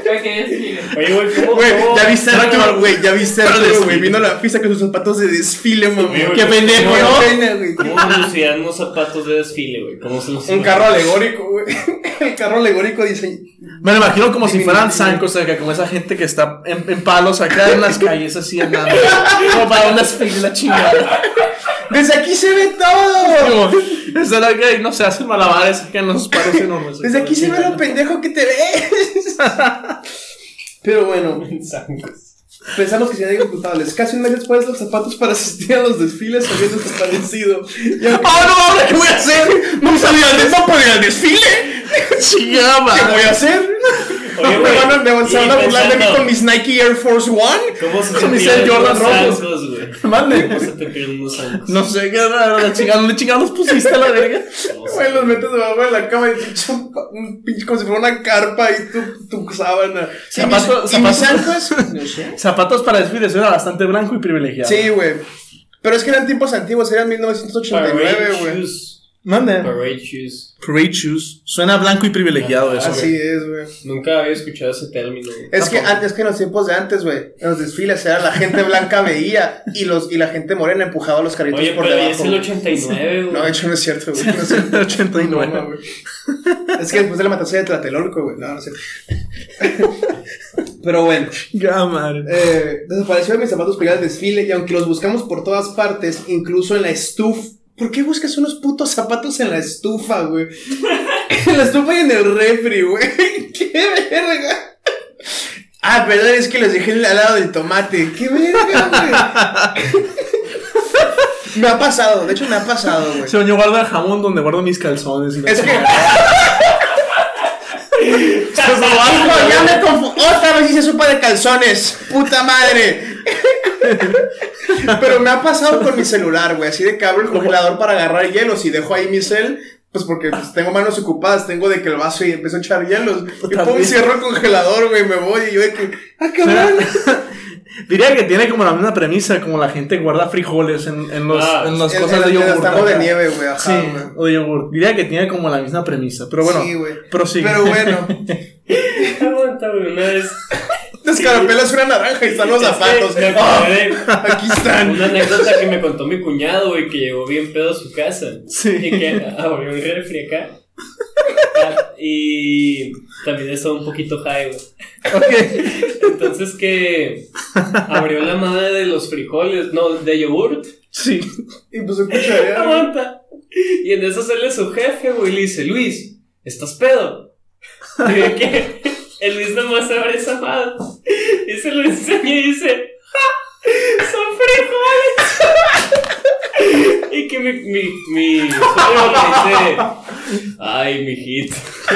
[SPEAKER 4] Creo que desfile.
[SPEAKER 3] Oye, güey, ¿cómo?
[SPEAKER 1] Güey,
[SPEAKER 3] cómo-
[SPEAKER 1] ya viste a
[SPEAKER 2] Arturo,
[SPEAKER 1] Arturo, güey, ya viste a
[SPEAKER 2] Para
[SPEAKER 1] Arturo, güey,
[SPEAKER 2] desfile.
[SPEAKER 1] vino a la pista con sus zapatos de desfile, mamá.
[SPEAKER 3] güey,
[SPEAKER 2] Qué pendejo,
[SPEAKER 1] Qué
[SPEAKER 2] ¿no?
[SPEAKER 1] pena, güey.
[SPEAKER 3] ¿Cómo lucían unos zapatos de desfile, güey? ¿Cómo se lucían?
[SPEAKER 1] Un carro alegórico, güey. El carro alegórico dice.
[SPEAKER 2] Me lo imagino como si fueran zancos, o sea, como esa gente que está en, en palos acá en las calles así andando. Como para un desfile, la chingada.
[SPEAKER 1] ¡Desde aquí se ve todo!
[SPEAKER 2] Como, están acá y no se hacen malabares acá en los palos enormes.
[SPEAKER 1] Desde aquí se ve lo pendejo que te ves. Pero bueno,
[SPEAKER 3] Zancos.
[SPEAKER 1] pensamos que serían culpables. Casi un mes después, los zapatos para asistir a los desfiles habían desaparecido. Y aunque-
[SPEAKER 2] ¡Ah, no! ¿Ahora qué voy a hacer? ¿No sabía de eso para ir al desfile? ¡Chingada!
[SPEAKER 1] ¿Qué voy a hacer?
[SPEAKER 3] Oye,
[SPEAKER 1] me
[SPEAKER 3] güey,
[SPEAKER 1] van a, me van- se
[SPEAKER 3] y
[SPEAKER 1] van a burlar de mí
[SPEAKER 3] pensando,
[SPEAKER 1] con mis Nike Air Force One.
[SPEAKER 3] ¿Cómo se
[SPEAKER 2] con mis
[SPEAKER 3] te
[SPEAKER 2] Air
[SPEAKER 3] pierden
[SPEAKER 2] Jordan
[SPEAKER 3] unos
[SPEAKER 2] rojos?
[SPEAKER 3] zancos, güey? ¿Cómo
[SPEAKER 2] Mande.
[SPEAKER 3] se te pierden unos zancos?
[SPEAKER 2] No sé qué raro, la chingada, ¿dónde chingados los pusiste a la verga?
[SPEAKER 3] No sé.
[SPEAKER 1] Güey, los metes debajo de la cama y pinche, un- un pinche como si fuera una carpa y tu, tu sábana. Sí, mis-
[SPEAKER 2] Zapato-
[SPEAKER 1] ¿Y mis
[SPEAKER 2] zapatos.
[SPEAKER 1] zancos? No sé.
[SPEAKER 2] Zapatos para desfiles, era bastante blanco y privilegiado.
[SPEAKER 1] Sí, güey. Pero es que eran tiempos antiguos, eran
[SPEAKER 3] Parade
[SPEAKER 1] 1989, güey.
[SPEAKER 3] shoes.
[SPEAKER 2] Mande.
[SPEAKER 3] Parade shoes.
[SPEAKER 2] Parade shoes. Suena blanco y privilegiado eso.
[SPEAKER 1] Así es, güey.
[SPEAKER 3] Nunca había escuchado ese término. güey.
[SPEAKER 1] Es que
[SPEAKER 2] Tampoco.
[SPEAKER 1] antes que en los tiempos de antes, güey, en los desfiles era la gente blanca veía y los y la gente morena empujaba a los carritos
[SPEAKER 3] Oye,
[SPEAKER 1] por
[SPEAKER 3] pero ya es
[SPEAKER 1] debajo.
[SPEAKER 3] el
[SPEAKER 1] güey.
[SPEAKER 3] 89, güey.
[SPEAKER 1] No, de hecho no es cierto, güey. No es cierto.
[SPEAKER 2] 89.
[SPEAKER 1] Broma, güey. es que después de la matanza de Tlatelolco, güey. No, no sé. Pero bueno,
[SPEAKER 2] Ya, madre.
[SPEAKER 1] eh, desaparecieron mis zapatos para ir al desfile y aunque los buscamos por todas partes, incluso en la estufa. ¿Por qué buscas unos putos zapatos en la estufa, güey? en la estufa y en el refri, güey. ¡Qué verga! Ah, perdón, es que los dejé al lado del tomate. ¡Qué verga, güey! me ha pasado, de hecho me ha pasado, güey.
[SPEAKER 2] Se yo guardo el jamón donde guardo mis calzones. Y la
[SPEAKER 1] Es que.
[SPEAKER 2] chingada.
[SPEAKER 1] Hijo, ya me confu- Otra vez hice sopa de calzones. Puta madre. Pero me ha pasado con mi celular, güey. Así de que abro el congelador para agarrar hielos y dejo ahí mi cel. Pues porque
[SPEAKER 2] Ah.
[SPEAKER 1] pues, tengo manos ocupadas, tengo de que el vaso y empiezo a echar hielos. Y
[SPEAKER 2] También.
[SPEAKER 1] pum, cierro el congelador, güey, me voy. Y yo de que, ah, cabrón.
[SPEAKER 2] Diría que tiene como la misma premisa, como la gente guarda frijoles en, en, los,
[SPEAKER 3] Ah,
[SPEAKER 2] en las
[SPEAKER 1] En-
[SPEAKER 2] cosas
[SPEAKER 1] en-
[SPEAKER 2] de
[SPEAKER 1] en el
[SPEAKER 2] yogur.
[SPEAKER 1] tambo de
[SPEAKER 2] acá.
[SPEAKER 1] nieve, güey, ajá,
[SPEAKER 2] Sí,
[SPEAKER 1] güey.
[SPEAKER 2] o de yogur. Diría que tiene como la misma premisa, pero bueno.
[SPEAKER 1] Sí, güey.
[SPEAKER 2] prosigue.
[SPEAKER 1] Pero bueno,
[SPEAKER 3] Aguanta, güey, una vez.
[SPEAKER 1] descarapelas una naranja y están los
[SPEAKER 3] Es que
[SPEAKER 1] zapatos.
[SPEAKER 3] Me acordé de
[SPEAKER 1] Ah, aquí están.
[SPEAKER 3] una anécdota que me contó mi cuñado, güey, que llegó bien pedo a su casa.
[SPEAKER 2] Sí.
[SPEAKER 3] Y que abrió un refri acá. Ah, Y también estaba un poquito high, güey.
[SPEAKER 2] Ok.
[SPEAKER 3] Entonces que abrió la madre de los frijoles, no, de yogurt.
[SPEAKER 2] Sí.
[SPEAKER 1] Y pues escucharía. güey.
[SPEAKER 3] Aguanta. Y en eso sale su jefe, güey, y le dice, Luis, ¿estás pedo? Y de que el Luis nomás abre esa madre. Y se lo enseña y dice, ¡Ja! ¡Son frijoles! Y que mi, mi, mi suegro le dice, ¡Ay, mijito!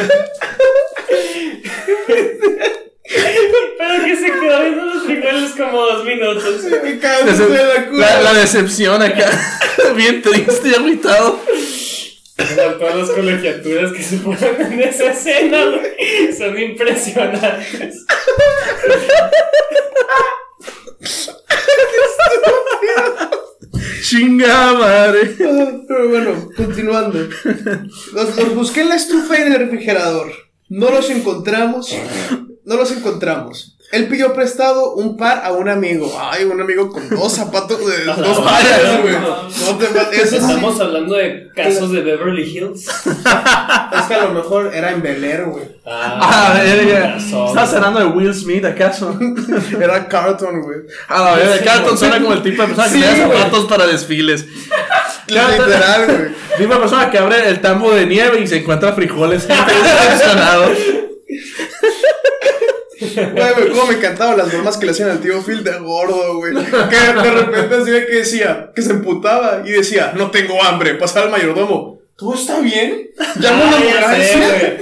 [SPEAKER 3] Pero que se quedó viendo los frijoles como dos minutos.
[SPEAKER 1] Me cago en la cura.
[SPEAKER 2] La, la decepción acá. Bien triste y agüitado.
[SPEAKER 3] Bueno, Todas las colegiaturas que se ponen en esa escena, güey, son impresionantes.
[SPEAKER 2] Chinga madre.
[SPEAKER 1] Pero bueno, continuando. Los, los busqué en la estufa y en el refrigerador. No los encontramos. No los encontramos. Él pidió prestado un par a un amigo. Ay, un amigo con dos zapatos de dos pares, güey. No te ma- Eso sí.
[SPEAKER 3] Estamos hablando de casos de Beverly Hills.
[SPEAKER 1] Es que a lo mejor era en velero, güey.
[SPEAKER 3] Ah.
[SPEAKER 2] Ah, A la verga.
[SPEAKER 3] razón.
[SPEAKER 2] ¿Estás hablando de Will Smith acaso? Ah,
[SPEAKER 1] Era Carlton, güey.
[SPEAKER 2] A la verga. Carlton suena como el tipo de persona que
[SPEAKER 1] Sí,
[SPEAKER 2] tiene
[SPEAKER 1] güey.
[SPEAKER 2] zapatos para desfiles. Carlton-
[SPEAKER 1] Literal, güey.
[SPEAKER 2] Tipo de persona que abre el tambo de nieve y se encuentra frijoles. Está decepcionado.
[SPEAKER 1] Güey, güey, cómo me encantaban las bromas que le hacían al tío Phil de gordo, güey. Que de repente así de que decía, que se emputaba y decía, no tengo hambre, pasaba al mayordomo. ¿Todo está bien? Llamo a una
[SPEAKER 3] Ah, ya sé,
[SPEAKER 1] ambulancia.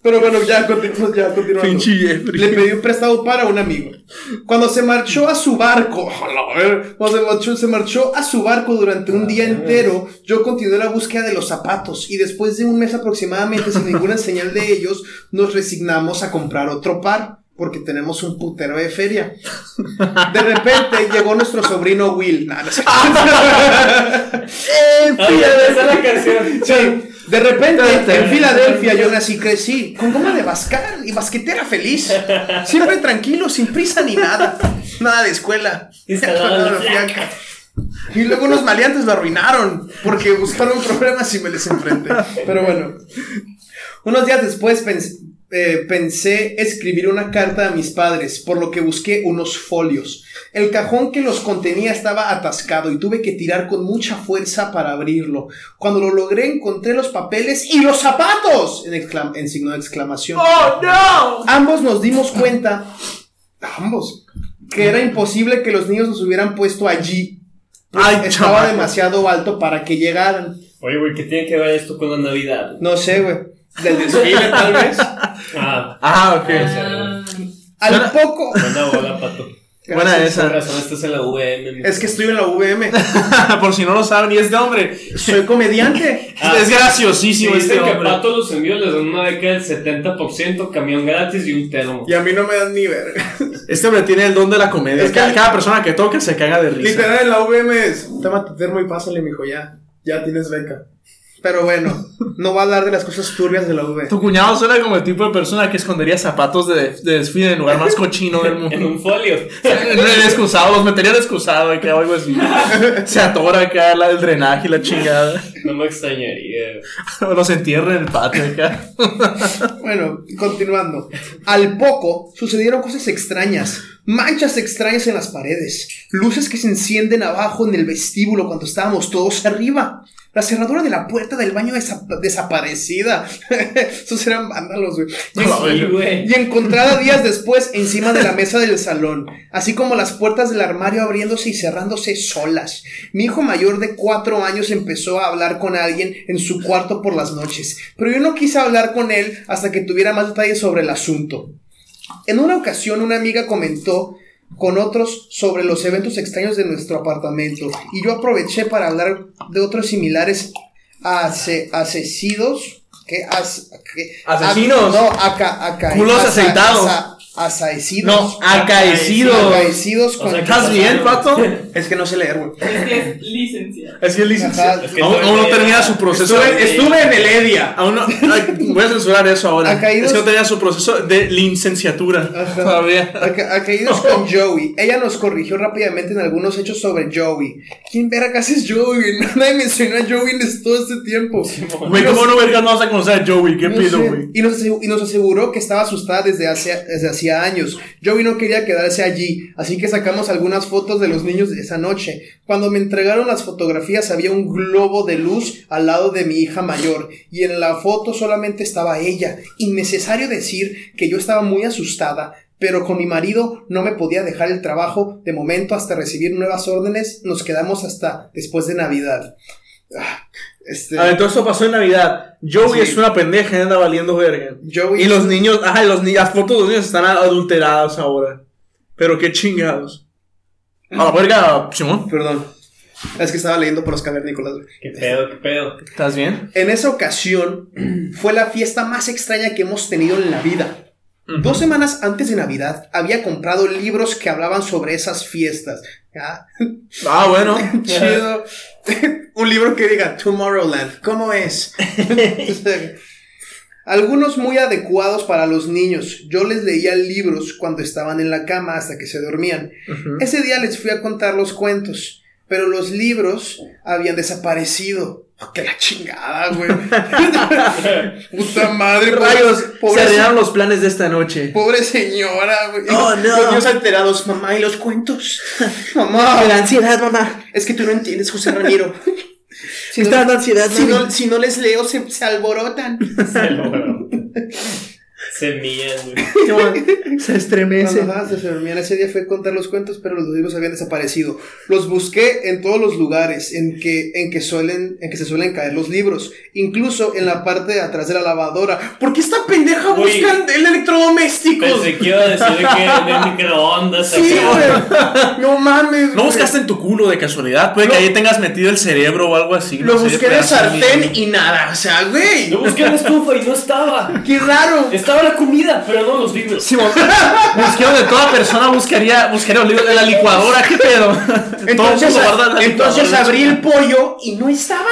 [SPEAKER 1] Pero bueno, ya, continu ya continuando.
[SPEAKER 2] Pinche Jeffrey.
[SPEAKER 1] Le pedí un prestado para un amigo. Cuando se marchó a su barco, a la ver- cuando se marchó, se marchó a su barco durante un día entero, yo continué la búsqueda de los zapatos y después de un mes aproximadamente sin ninguna señal de ellos, nos resignamos a comprar otro par porque tenemos un putero de feria. De repente llegó nuestro sobrino Will. Nah, no sé.
[SPEAKER 3] Ah, ya, esa es la canción.
[SPEAKER 1] Sí, de repente
[SPEAKER 2] eh,
[SPEAKER 1] en Filadelfia yo nací y crecí con goma de bascar y basquetera feliz. Siempre tranquilo, sin prisa ni nada. Nada de escuela.
[SPEAKER 3] Instalado en la
[SPEAKER 1] Fiaca. Y luego unos maleantes lo arruinaron porque buscaron problemas y me les enfrenté. Pero bueno. Unos días después pens- eh, pensé escribir una carta a mis padres, por lo que busqué unos folios. El cajón que los contenía estaba atascado y tuve que tirar con mucha fuerza para abrirlo. Cuando lo logré encontré los papeles y los zapatos en, exclam- en signo de exclamación.
[SPEAKER 2] ¡Oh, no!
[SPEAKER 1] Ambos nos dimos cuenta, Ah. ambos, que era imposible que los niños los hubieran puesto allí. pues
[SPEAKER 2] Ay,
[SPEAKER 1] estaba
[SPEAKER 2] chamaco.
[SPEAKER 1] demasiado alto para que llegaran.
[SPEAKER 3] Oye, güey, ¿qué tiene que ver esto con la Navidad?
[SPEAKER 1] No sé, güey. del desfile, tal vez.
[SPEAKER 3] Ah,
[SPEAKER 2] Ah, ok.
[SPEAKER 4] Ah,
[SPEAKER 1] Al
[SPEAKER 2] Suena-
[SPEAKER 1] poco.
[SPEAKER 3] buena bola, pato.
[SPEAKER 2] Buena
[SPEAKER 3] Por
[SPEAKER 2] esa.
[SPEAKER 3] razón, estás en la VM.
[SPEAKER 1] Es que estoy en la VM.
[SPEAKER 2] Por si no lo saben, y este hombre
[SPEAKER 1] Soy comediante.
[SPEAKER 3] Ah.
[SPEAKER 2] es
[SPEAKER 3] Sí,
[SPEAKER 2] graciosísimo este
[SPEAKER 3] dicen que a
[SPEAKER 2] hombre.
[SPEAKER 3] Pato los envíos les dan una beca del 70%, camión gratis y un termo.
[SPEAKER 1] Y a mí no me dan ni ver.
[SPEAKER 2] Este hombre tiene el don de la comedia.
[SPEAKER 1] Es que-
[SPEAKER 2] cada, cada persona que toca se caga de risa.
[SPEAKER 1] Literal en la VM es. Toma tu termo y pásale, mijo, ya. Ya tienes beca. Pero bueno, no va a hablar de las cosas turbias de la VM.
[SPEAKER 2] Tu cuñado suena como el tipo de persona que escondería zapatos de, de desfile en el lugar más cochino del
[SPEAKER 3] En
[SPEAKER 2] mundo.
[SPEAKER 3] un folio.
[SPEAKER 2] En el excusado, los metería en el excusado acá o algo así. Se atora acá la, el drenaje y la chingada.
[SPEAKER 3] No me extrañaría.
[SPEAKER 2] O los entierra en el patio acá.
[SPEAKER 1] Bueno, continuando. Al poco sucedieron cosas extrañas, manchas extrañas en las paredes, luces que se encienden abajo en el vestíbulo cuando estábamos todos arriba. La cerradura de la puerta del baño desa- desaparecida. Esos eran vándalos, güey.
[SPEAKER 2] No, la
[SPEAKER 3] Sí,
[SPEAKER 2] verga.
[SPEAKER 3] güey.
[SPEAKER 1] Y encontrada días después encima de la mesa del salón, así como las puertas del armario abriéndose y cerrándose solas. Mi hijo mayor de cuatro años empezó a hablar con alguien en su cuarto por las noches, pero yo no quise hablar con él hasta que tuviera más detalles sobre el asunto. En una ocasión una amiga comentó con otros sobre los eventos extraños de nuestro apartamento y yo aproveché para hablar de otros similares ase- asesidos que, as- que-
[SPEAKER 2] Asesinos.
[SPEAKER 1] no, aca, aca,
[SPEAKER 2] Culos
[SPEAKER 1] asa-
[SPEAKER 2] aceitados.
[SPEAKER 1] asa-
[SPEAKER 2] No,
[SPEAKER 1] asaecidos.
[SPEAKER 2] acaecido.
[SPEAKER 1] Acaecidos
[SPEAKER 3] O
[SPEAKER 1] con-
[SPEAKER 3] sea,
[SPEAKER 2] ¿Estás bien, pato?
[SPEAKER 1] Es que no sé leer, güey.
[SPEAKER 4] Ah, es que es licenciado.
[SPEAKER 2] Es que él dice.
[SPEAKER 1] Ajá.
[SPEAKER 3] Es que
[SPEAKER 2] Aún, aún no
[SPEAKER 3] todavía-
[SPEAKER 2] termina su proceso. eh.
[SPEAKER 3] Estuve- estuve
[SPEAKER 2] en el EDIA. Aún no, ay, voy a censurar eso ahora.
[SPEAKER 1] Ha caído-
[SPEAKER 2] Es que no tenía su proceso de licenciatura.
[SPEAKER 1] Ajá.
[SPEAKER 2] Todavía.
[SPEAKER 1] Aca- Acaídos con Joey. Ella nos corrigió rápidamente en algunos hechos sobre Joey. ¿Quién vergas es Joey? Nadie mencionó a Joey en todo este tiempo.
[SPEAKER 2] Güey, ¿cómo no vergas no vas a conocer a Joey? ¿Qué
[SPEAKER 1] No
[SPEAKER 2] pido,
[SPEAKER 1] sé.
[SPEAKER 2] güey?
[SPEAKER 1] Y nos, asegu- y nos aseguró que estaba asustada desde, hace, desde hacía años. Joey no quería quedarse allí, así que sacamos algunas fotos de los niños de esa noche. Cuando me entregaron las fotografías había un globo de luz al lado de mi hija mayor, y en la foto solamente estaba ella. Innecesario decir que yo estaba muy asustada. Pero con mi marido no me podía dejar el trabajo de momento hasta recibir nuevas órdenes. Nos quedamos hasta después de Navidad. Ah, Este,
[SPEAKER 2] A ver, todo esto pasó en Navidad. Joey
[SPEAKER 1] Sí.
[SPEAKER 2] es una pendeja y anda valiendo verga.
[SPEAKER 1] Joey
[SPEAKER 2] Y
[SPEAKER 1] es
[SPEAKER 2] los
[SPEAKER 1] un-
[SPEAKER 2] niños, ajá, y los ni- las fotos de los niños están a- adulteradas ahora. Pero qué chingados. A la verga, Simón.
[SPEAKER 1] Perdón. Es que estaba leyendo por los cavernícolas. güey.
[SPEAKER 3] ¿Qué pedo, qué pedo?
[SPEAKER 2] ¿Estás bien?
[SPEAKER 1] En esa ocasión fue la fiesta más extraña que hemos tenido en la vida. Dos semanas antes de Navidad había comprado libros que hablaban sobre esas fiestas. Ah,
[SPEAKER 2] Ah, bueno.
[SPEAKER 1] chido. Un libro que diga Tomorrowland. ¿Cómo es? Algunos muy adecuados para los niños. Yo les leía libros cuando estaban en la cama hasta que se dormían.
[SPEAKER 2] Ujú.
[SPEAKER 1] Ese día les fui a contar los cuentos, pero los libros habían desaparecido. Oh, ¡Qué la chingada, güey! ¡Puta madre! pobre-
[SPEAKER 2] Rayos, se
[SPEAKER 1] Pobre,
[SPEAKER 2] arruinaron los planes de esta noche.
[SPEAKER 1] pobre señora, güey.
[SPEAKER 2] Oh, no.
[SPEAKER 1] Los niños alterados, mamá, ¿y los cuentos? mamá,
[SPEAKER 2] ansiedad, mamá.
[SPEAKER 1] es que tú no entiendes, José Ramiro. Si
[SPEAKER 2] Está dando ansiedad,
[SPEAKER 1] si
[SPEAKER 2] mami.
[SPEAKER 1] no, si no les leo, se, se alborotan.
[SPEAKER 3] Se logró. Semillas, güey.
[SPEAKER 2] Se estremece.
[SPEAKER 1] Cuando ajá, se dormían ese día fue contar los cuentos, pero los libros habían desaparecido. Los busqué en todos los lugares en que, en que suelen, en que se suelen caer los libros, incluso en la parte de atrás de la lavadora. ¿Por qué esta pendeja
[SPEAKER 3] Güey.
[SPEAKER 1] buscan el electrodoméstico?
[SPEAKER 3] Pensé que iba a decir que en el microondas.
[SPEAKER 1] Sí,
[SPEAKER 3] acá.
[SPEAKER 1] güey. No mames.
[SPEAKER 2] No
[SPEAKER 1] güey.
[SPEAKER 2] buscaste en tu culo de casualidad. Puede que
[SPEAKER 1] Lo-
[SPEAKER 2] ahí tengas metido el cerebro o algo así.
[SPEAKER 1] Lo
[SPEAKER 2] no sé,
[SPEAKER 1] busqué de
[SPEAKER 2] pedazo
[SPEAKER 1] sartén
[SPEAKER 2] libro.
[SPEAKER 1] y nada. O sea, güey.
[SPEAKER 3] Yo busqué la estufa y no estaba.
[SPEAKER 1] Qué raro.
[SPEAKER 3] Estaba la comida, pero no los libros.
[SPEAKER 2] Sí, mo- busqué donde toda persona buscaría, buscaría los libros de la licuadora. ¿Qué pedo?
[SPEAKER 1] Entonces,
[SPEAKER 2] Todo el mundo guarda la
[SPEAKER 1] entonces
[SPEAKER 2] licuadora.
[SPEAKER 1] abrí el pollo y no estaba.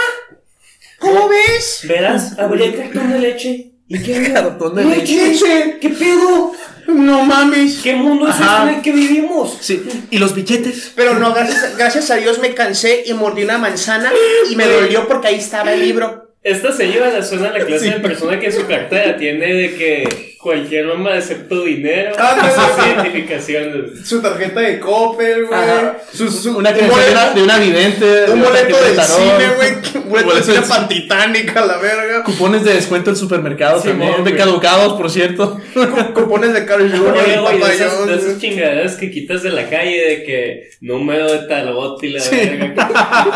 [SPEAKER 1] ¿Cómo ves?
[SPEAKER 3] Verás, habría cartón de leche. ¿Y qué había?
[SPEAKER 2] Cartón de
[SPEAKER 3] No hay
[SPEAKER 2] leche.
[SPEAKER 3] leche. ¿Qué pedo?
[SPEAKER 1] No mames.
[SPEAKER 3] ¿Qué mundo es
[SPEAKER 2] Ajá.
[SPEAKER 3] este en el que vivimos?
[SPEAKER 2] Sí. ¿Y los billetes?
[SPEAKER 1] Pero no, gracias, gracias a Dios me cansé y mordí una manzana y me dolió porque ahí estaba el libro.
[SPEAKER 3] Esta señora la suena a la clase de persona que en su cartera tiene de que cualquier mamá excepto dinero,
[SPEAKER 1] Ándale.
[SPEAKER 3] sus identificaciones.
[SPEAKER 1] Su tarjeta de Coppel,
[SPEAKER 2] Ajá.
[SPEAKER 1] Su, su-
[SPEAKER 2] Una
[SPEAKER 1] un
[SPEAKER 2] creación de una,
[SPEAKER 1] boleto,
[SPEAKER 2] de una vidente.
[SPEAKER 1] un
[SPEAKER 2] otra que
[SPEAKER 1] boleto del
[SPEAKER 2] de tarot.
[SPEAKER 1] cine, güey. Un boleto del
[SPEAKER 2] Boleto
[SPEAKER 1] cine
[SPEAKER 2] del
[SPEAKER 1] para Titanic, a la verga.
[SPEAKER 2] Cupones de descuento en supermercados
[SPEAKER 3] Sí,
[SPEAKER 2] también.
[SPEAKER 3] mo,
[SPEAKER 2] De
[SPEAKER 3] güey.
[SPEAKER 2] caducados, por cierto.
[SPEAKER 1] Cu- Cupones de Carl Jr.
[SPEAKER 3] Oye,
[SPEAKER 1] y
[SPEAKER 3] güey, de
[SPEAKER 1] Papa
[SPEAKER 3] esas, de
[SPEAKER 1] John's,
[SPEAKER 3] esas
[SPEAKER 1] güey.
[SPEAKER 3] chingaderas que quitas de la calle de que número de tarot y la
[SPEAKER 2] Sí.
[SPEAKER 3] verga.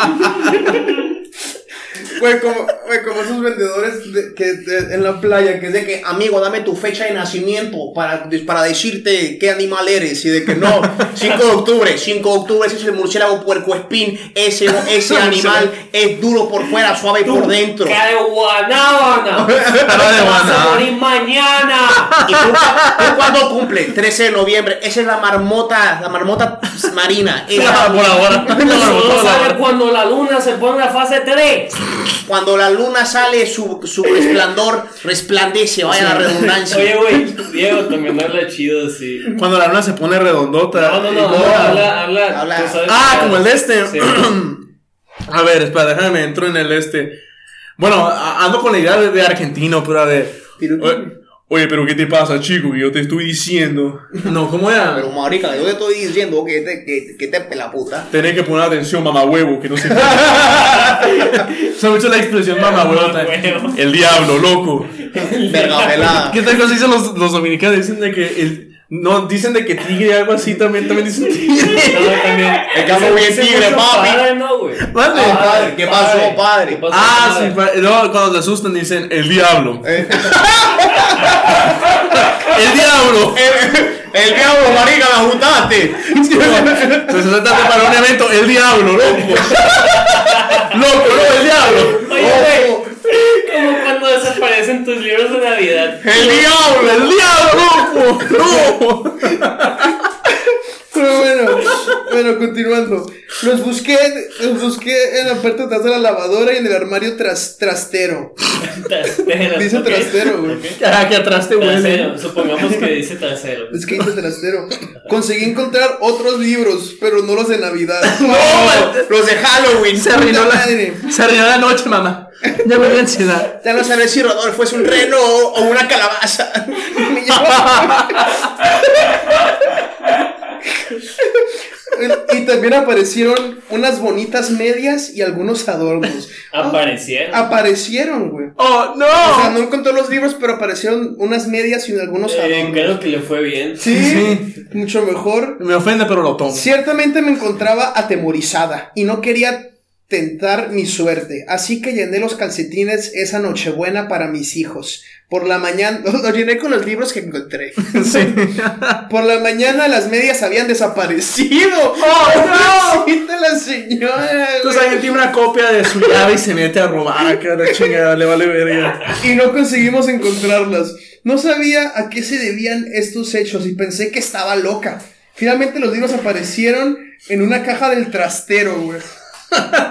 [SPEAKER 1] Güey, como, güey, como esos vendedores de- que, de- en la playa, que es de que, amigo, dame tu fecha de nacimiento para, para decirte qué animal eres. Y de que no, 5 de octubre, 5 de octubre ese es el murciélago puercoespín. Ese, ese animal es duro por fuera, suave por dentro.
[SPEAKER 3] Cara de guanábana.
[SPEAKER 2] Cara de
[SPEAKER 3] Vas a
[SPEAKER 2] guanábana.
[SPEAKER 3] morir mañana.
[SPEAKER 1] ¿Y tú, tú cuándo cumple? 13 de noviembre. Esa es la marmota, la marmota marina. Esa-
[SPEAKER 2] Por ahora.
[SPEAKER 3] Solo sabe cuando la luna se pone en la fase 3.
[SPEAKER 1] Cuando la luna sale, su, su resplandor resplandece, vaya la redundancia.
[SPEAKER 3] Oye, güey, Diego también habla chido así.
[SPEAKER 2] Cuando la luna se pone redondota.
[SPEAKER 3] No, no,
[SPEAKER 2] y
[SPEAKER 3] no,
[SPEAKER 2] gorda.
[SPEAKER 3] habla, habla.
[SPEAKER 1] Habla.
[SPEAKER 3] tú sabes
[SPEAKER 2] Ah,
[SPEAKER 3] que-
[SPEAKER 2] como el de este.
[SPEAKER 3] Sí.
[SPEAKER 2] a ver, espera, déjame entro en el este. Bueno, a- ando con la idea de, de argentino, pero de.
[SPEAKER 1] Pero-
[SPEAKER 2] Oye, oye, pero ¿qué te pasa, chico? Yo te estoy diciendo. No, ¿cómo era?
[SPEAKER 1] Pero marica, yo te estoy diciendo que te, que, que te la puta.
[SPEAKER 2] Tenés que poner atención, mamá huevo, que no se. Se me hizo la expresión mamá huevo.
[SPEAKER 3] Mamahuevo.
[SPEAKER 2] El diablo, loco.
[SPEAKER 1] Verga pelada.
[SPEAKER 2] ¿Qué tal cosa dicen los, los dominicanos? Dicen de que el. No, dicen de que tigre, algo así también, también dicen tigre.
[SPEAKER 3] No, también.
[SPEAKER 1] El que hace bien
[SPEAKER 3] Ese
[SPEAKER 1] tigre,
[SPEAKER 3] mucho
[SPEAKER 1] papi.
[SPEAKER 3] padre, ¿no, güey?
[SPEAKER 2] Vale.
[SPEAKER 1] Ah, padre, ¿qué pasó, padre?
[SPEAKER 3] ¿Qué pasó,
[SPEAKER 2] Ah,
[SPEAKER 3] padre?
[SPEAKER 2] sí, pa- no, cuando se asustan dicen el diablo.
[SPEAKER 1] Eh.
[SPEAKER 2] el diablo.
[SPEAKER 1] El diablo, marica, la juntaste.
[SPEAKER 2] Se trata para un evento, el diablo, loco. loco, no, el diablo.
[SPEAKER 3] Oye, güey, como cuando desaparecen tus libros de Navidad.
[SPEAKER 1] el diablo.
[SPEAKER 2] El diablo, loco. No.
[SPEAKER 1] Pero bueno, bueno, continuando. Los busqué, los busqué en la parte de atrás de la lavadora y en el armario tras, trastero.
[SPEAKER 3] Trastero.
[SPEAKER 1] Dice
[SPEAKER 3] ok.
[SPEAKER 1] trastero, güey.
[SPEAKER 2] Ah, que atrás te huele.
[SPEAKER 3] Trasero, supongamos que dice trasero.
[SPEAKER 1] Es que dice trastero. Conseguí encontrar otros libros, pero no los de Navidad.
[SPEAKER 2] los de Halloween. Oh, Se arruinó,
[SPEAKER 1] Puta
[SPEAKER 2] la,
[SPEAKER 1] madre.
[SPEAKER 2] se arruinó la noche, mamá. Ya me dio ansiedad.
[SPEAKER 1] Ya no sabes si Rodolfo es un reno o una calabaza. y también aparecieron unas bonitas medias y algunos adornos.
[SPEAKER 3] Aparecieron.
[SPEAKER 1] Ah, Aparecieron, güey.
[SPEAKER 2] Oh,
[SPEAKER 1] O sea,
[SPEAKER 2] no.
[SPEAKER 1] no encontró los libros, pero aparecieron unas medias y algunos
[SPEAKER 3] Eh,
[SPEAKER 1] adornos.
[SPEAKER 3] creo que le fue bien.
[SPEAKER 1] Sí,
[SPEAKER 2] Sí.
[SPEAKER 1] mucho mejor.
[SPEAKER 2] Me ofende, pero lo tomo.
[SPEAKER 1] Ciertamente me encontraba atemorizada y no quería tentar mi suerte, así que llené los calcetines esa nochebuena para mis hijos. Por la mañana, lo llené con los libros que encontré.
[SPEAKER 2] Sí.
[SPEAKER 1] Por la mañana las medias habían desaparecido.
[SPEAKER 2] ¡Oh,
[SPEAKER 1] Pobrecita la señora!
[SPEAKER 2] Entonces
[SPEAKER 1] güey.
[SPEAKER 2] alguien tiene una copia de su llave y se mete a robar
[SPEAKER 1] Ah,
[SPEAKER 2] acá la chingada, le vale verga.
[SPEAKER 1] y no conseguimos encontrarlas. No sabía a qué se debían estos hechos y pensé que estaba loca. Finalmente los libros aparecieron en una caja del trastero, güey.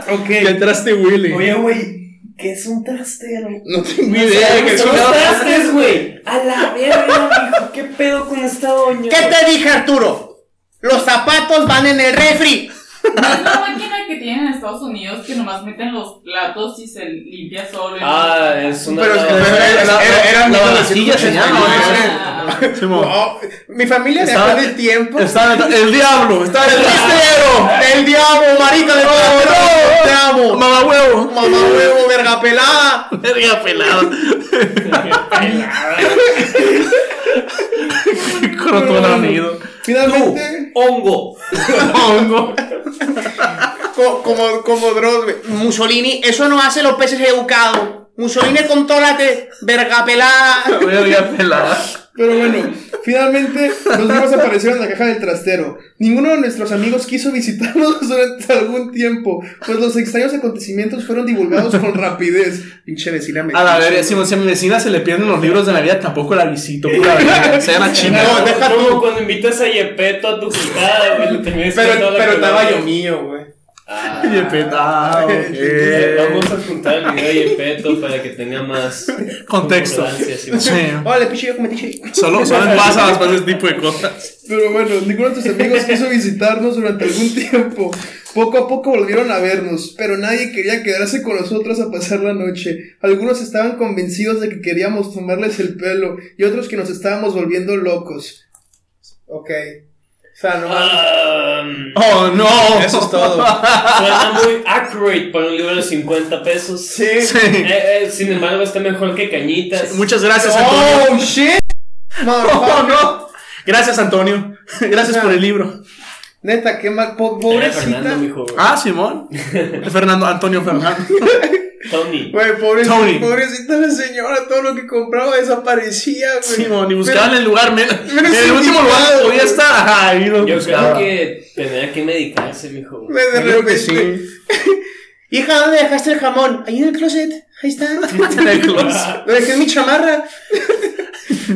[SPEAKER 2] Y
[SPEAKER 1] ok.
[SPEAKER 2] entraste Willy.
[SPEAKER 3] güey, ¿qué es un trastero?
[SPEAKER 1] No tengo
[SPEAKER 2] Ni
[SPEAKER 1] idea de
[SPEAKER 2] idea,
[SPEAKER 1] qué
[SPEAKER 2] que-
[SPEAKER 3] Son
[SPEAKER 2] chingado.
[SPEAKER 3] trastes, güey. A la verga, mijo. ¿Qué pedo con esta doña?
[SPEAKER 1] ¿Qué te dije, Arturo? Los zapatos van en el refri.
[SPEAKER 4] Es la máquina que tienen en Estados Unidos que nomás meten los platos y se limpia solo. y-
[SPEAKER 3] Ah, es una.
[SPEAKER 1] Pero es que- pero era-
[SPEAKER 2] La-
[SPEAKER 1] era- era
[SPEAKER 2] la
[SPEAKER 1] 1989,
[SPEAKER 2] vasilla se llama,
[SPEAKER 4] Ah,
[SPEAKER 2] ¿eh? Sí, mo.
[SPEAKER 1] Oh, mi familia
[SPEAKER 2] Estaba-
[SPEAKER 1] dejó del tiempo.
[SPEAKER 2] Está en- el diablo, está en el trastero.
[SPEAKER 1] El diablo, marica de no, Te amo.
[SPEAKER 2] Mamá huevo.
[SPEAKER 1] Mamá huevo, verga pelada.
[SPEAKER 2] Verga pelado. Crotón amigo.
[SPEAKER 1] Finalmente,
[SPEAKER 3] Hongo.
[SPEAKER 2] Hongo.
[SPEAKER 1] co- como, como Dross, güey. Mussolini, eso no hace los peces educados. Mussolini, contólate, verga pelada.
[SPEAKER 2] Verga pelada.
[SPEAKER 1] Pero bueno, finalmente los libros aparecieron en la caja del trastero. Ninguno de nuestros amigos quiso visitarnos durante algún tiempo, pues los extraños acontecimientos fueron divulgados con rapidez. Pinche vecina me
[SPEAKER 2] A la verga, si, si a mi vecina se le pierden los libros de Navidad, tampoco la visito. Pura verga. Se llama china.
[SPEAKER 1] No, deja tú.
[SPEAKER 3] Como cuando invitas a Yepeto a tu jugada, güey. le terminas cantando la canción.
[SPEAKER 1] mío, güey.
[SPEAKER 3] Ah.
[SPEAKER 2] Y el peta- ah, ok.
[SPEAKER 3] Vamos a juntar el video de Yepeto para que tenga más
[SPEAKER 2] Contexto.
[SPEAKER 3] concordancia, sí, güey.
[SPEAKER 2] Sí.
[SPEAKER 1] Órale, pinche yo como dije.
[SPEAKER 2] Solo, solo en WhatsApp pasa ese tipo de cosas.
[SPEAKER 1] Pero bueno, ninguno de tus amigos quiso visitarnos durante algún tiempo. Poco a poco volvieron a vernos, pero nadie quería quedarse con nosotros a pasar la noche. Algunos estaban convencidos de que queríamos tomarles el pelo y otros que nos estábamos volviendo locos. Ok. O sea,
[SPEAKER 3] Ah,
[SPEAKER 2] Oh, no.
[SPEAKER 1] Eso es todo.
[SPEAKER 3] Suena muy accurate para un libro de 50 pesos.
[SPEAKER 2] Sí.
[SPEAKER 3] Eh, eh, sin embargo, está mejor que cañitas.
[SPEAKER 2] Muchas gracias, Antonio.
[SPEAKER 1] ¡Oh, shit!
[SPEAKER 2] Oh, no. Gracias, Antonio. Gracias por el libro.
[SPEAKER 1] Neta, qué mal, po-
[SPEAKER 3] Era
[SPEAKER 1] pobrecita.
[SPEAKER 3] Fernando, mijo. güey.
[SPEAKER 2] Ah, Simón. Fernando, Antonio Fernando.
[SPEAKER 3] Tony.
[SPEAKER 1] Güey, pobrecita,
[SPEAKER 2] Tony.
[SPEAKER 1] pobrecita la señora, todo lo que compraba desaparecía, güey.
[SPEAKER 2] Simón, y buscaban el lugar menos. En
[SPEAKER 1] menos
[SPEAKER 2] el último lugar
[SPEAKER 1] indicado,
[SPEAKER 2] podía
[SPEAKER 1] güey.
[SPEAKER 2] estar. Ajá, ahí lo
[SPEAKER 3] Yo creo
[SPEAKER 2] buscaba.
[SPEAKER 3] que tendría que medicarse, mijo.
[SPEAKER 1] pues, Me de
[SPEAKER 2] Yo creo
[SPEAKER 1] repente.
[SPEAKER 2] que sí.
[SPEAKER 1] Hija, ¿dónde dejaste el jamón? Ahí en el closet. Ahí está.
[SPEAKER 2] En el closet.
[SPEAKER 1] Lo dejé en mi chamarra.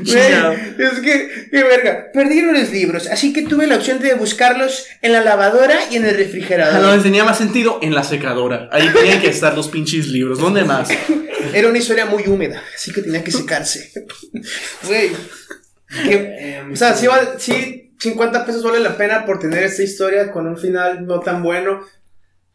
[SPEAKER 2] Chingado.
[SPEAKER 1] Güey, es que, qué verga. Perdí los libros, así que tuve la opción de buscarlos en la lavadora y en el
[SPEAKER 2] Ah, No,
[SPEAKER 1] refrigerador.
[SPEAKER 2] les tenía más sentido en la secadora. Ahí tenían que estar los pinches libros. ¿Dónde más?
[SPEAKER 1] Era una historia muy húmeda, así que tenía que secarse. Güey. qué-
[SPEAKER 3] Eh,
[SPEAKER 1] O sea, sí, val- sí, 50 pesos vale la pena por tener esta historia con un final no tan bueno.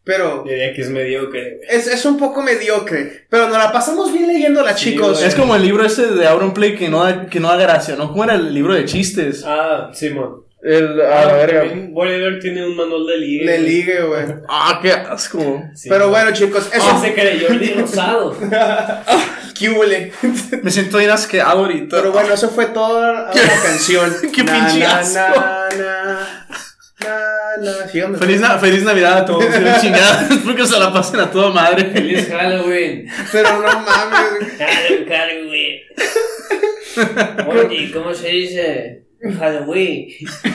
[SPEAKER 1] Pero
[SPEAKER 3] Diría que es mediocre.
[SPEAKER 1] es, es un poco mediocre. Pero nos la pasamos bien leyéndola,
[SPEAKER 3] Sí,
[SPEAKER 1] chicos.
[SPEAKER 3] güey.
[SPEAKER 2] Es como el libro ese de Auron Play que no, da, que no da gracia, ¿no? ¿Cómo era el libro de chistes?
[SPEAKER 3] Ah, Simón.
[SPEAKER 2] El,
[SPEAKER 3] También Bolívar tiene un manual de ligue.
[SPEAKER 1] Ah, Le ligue, güey.
[SPEAKER 2] Ah, qué asco.
[SPEAKER 3] Sí.
[SPEAKER 1] Pero bueno, chicos, eso.
[SPEAKER 3] Ah, se creyó el rosado.
[SPEAKER 1] ¿Qué huele?
[SPEAKER 2] Me siento bien asqueado ahorita.
[SPEAKER 1] Pero bueno, eso fue toda la canción.
[SPEAKER 2] Qué pinche asco.
[SPEAKER 1] na, na, na, na. Síganme.
[SPEAKER 2] Feliz, na- feliz Navidad a todos. y Chingadas. Espero que se la pasen a toda madre.
[SPEAKER 3] Feliz Halloween.
[SPEAKER 1] Pero no mames.
[SPEAKER 3] Halloween, Halloween. Oye, ¿cómo se dice? Halloween.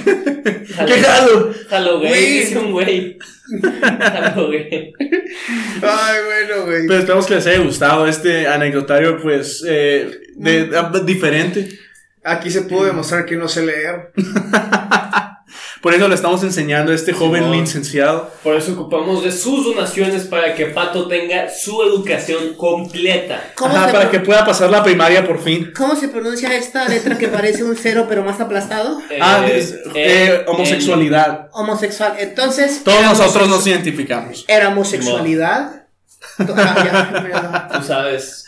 [SPEAKER 2] ¡Qué jalo!
[SPEAKER 3] Halloween,
[SPEAKER 1] Güey.
[SPEAKER 3] dice un güey. Halloween.
[SPEAKER 1] Ay, bueno, güey.
[SPEAKER 2] Pero Pues esperamos que les haya gustado este anecdotario, pues, eh, de, de- diferente.
[SPEAKER 1] Aquí se pudo demostrar que no sé leer.
[SPEAKER 2] Por eso le estamos enseñando a este joven
[SPEAKER 3] Simón.
[SPEAKER 2] licenciado.
[SPEAKER 3] Por eso ocupamos de sus donaciones para que Pato tenga su educación completa.
[SPEAKER 2] Ajá, para que pueda pasar la primaria por fin.
[SPEAKER 5] ¿Cómo se pronuncia esta letra que parece un cero pero más aplastado?
[SPEAKER 2] ah,
[SPEAKER 3] Eh,
[SPEAKER 2] es-
[SPEAKER 3] eh,
[SPEAKER 2] eh, homosexualidad.
[SPEAKER 5] Homosexual. Entonces,
[SPEAKER 2] Todos nosotros nos identificamos.
[SPEAKER 1] Era homosexualidad. Ah, ya,
[SPEAKER 3] eh,
[SPEAKER 1] mira.
[SPEAKER 3] tú sabes.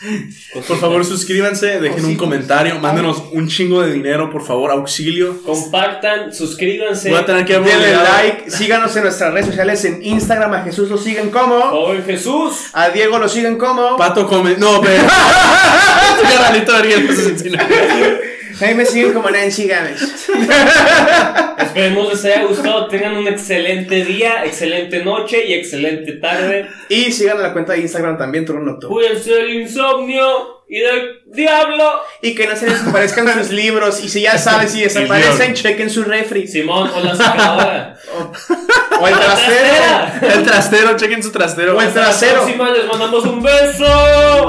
[SPEAKER 2] Por favor, suscríbanse, dejen un
[SPEAKER 1] Ah.
[SPEAKER 2] comentario, mándenos un chingo de dinero, por favor, auxilio.
[SPEAKER 3] Compartan, suscríbanse.
[SPEAKER 2] Voy a tener que darme
[SPEAKER 1] Denle
[SPEAKER 2] un regalo.
[SPEAKER 1] like, síganos en nuestras redes sociales, en Instagram, a Jesús lo siguen como,
[SPEAKER 3] Joven Jesús.
[SPEAKER 1] a Diego lo siguen como,
[SPEAKER 2] Pato come. No, pero. Ya ralito de riel, pues, asesino.
[SPEAKER 1] a mí me siguen como Nancy Gámez.
[SPEAKER 3] Esperemos les haya gustado. Tengan un excelente día, excelente noche y excelente tarde.
[SPEAKER 1] Y sigan la cuenta de Instagram también, Turno Nocturno.
[SPEAKER 3] Cuídense del insomnio y del diablo.
[SPEAKER 1] Y que no se desaparezcan sus libros, y si ya saben, si desaparecen, chequen su refri.
[SPEAKER 3] Simón, con la secadora.
[SPEAKER 1] O, o el trasero.
[SPEAKER 2] El trastero, chequen su trastero.
[SPEAKER 1] O el
[SPEAKER 3] Hasta la
[SPEAKER 1] trasero.
[SPEAKER 3] próxima, les mandamos un beso.
[SPEAKER 2] Oh,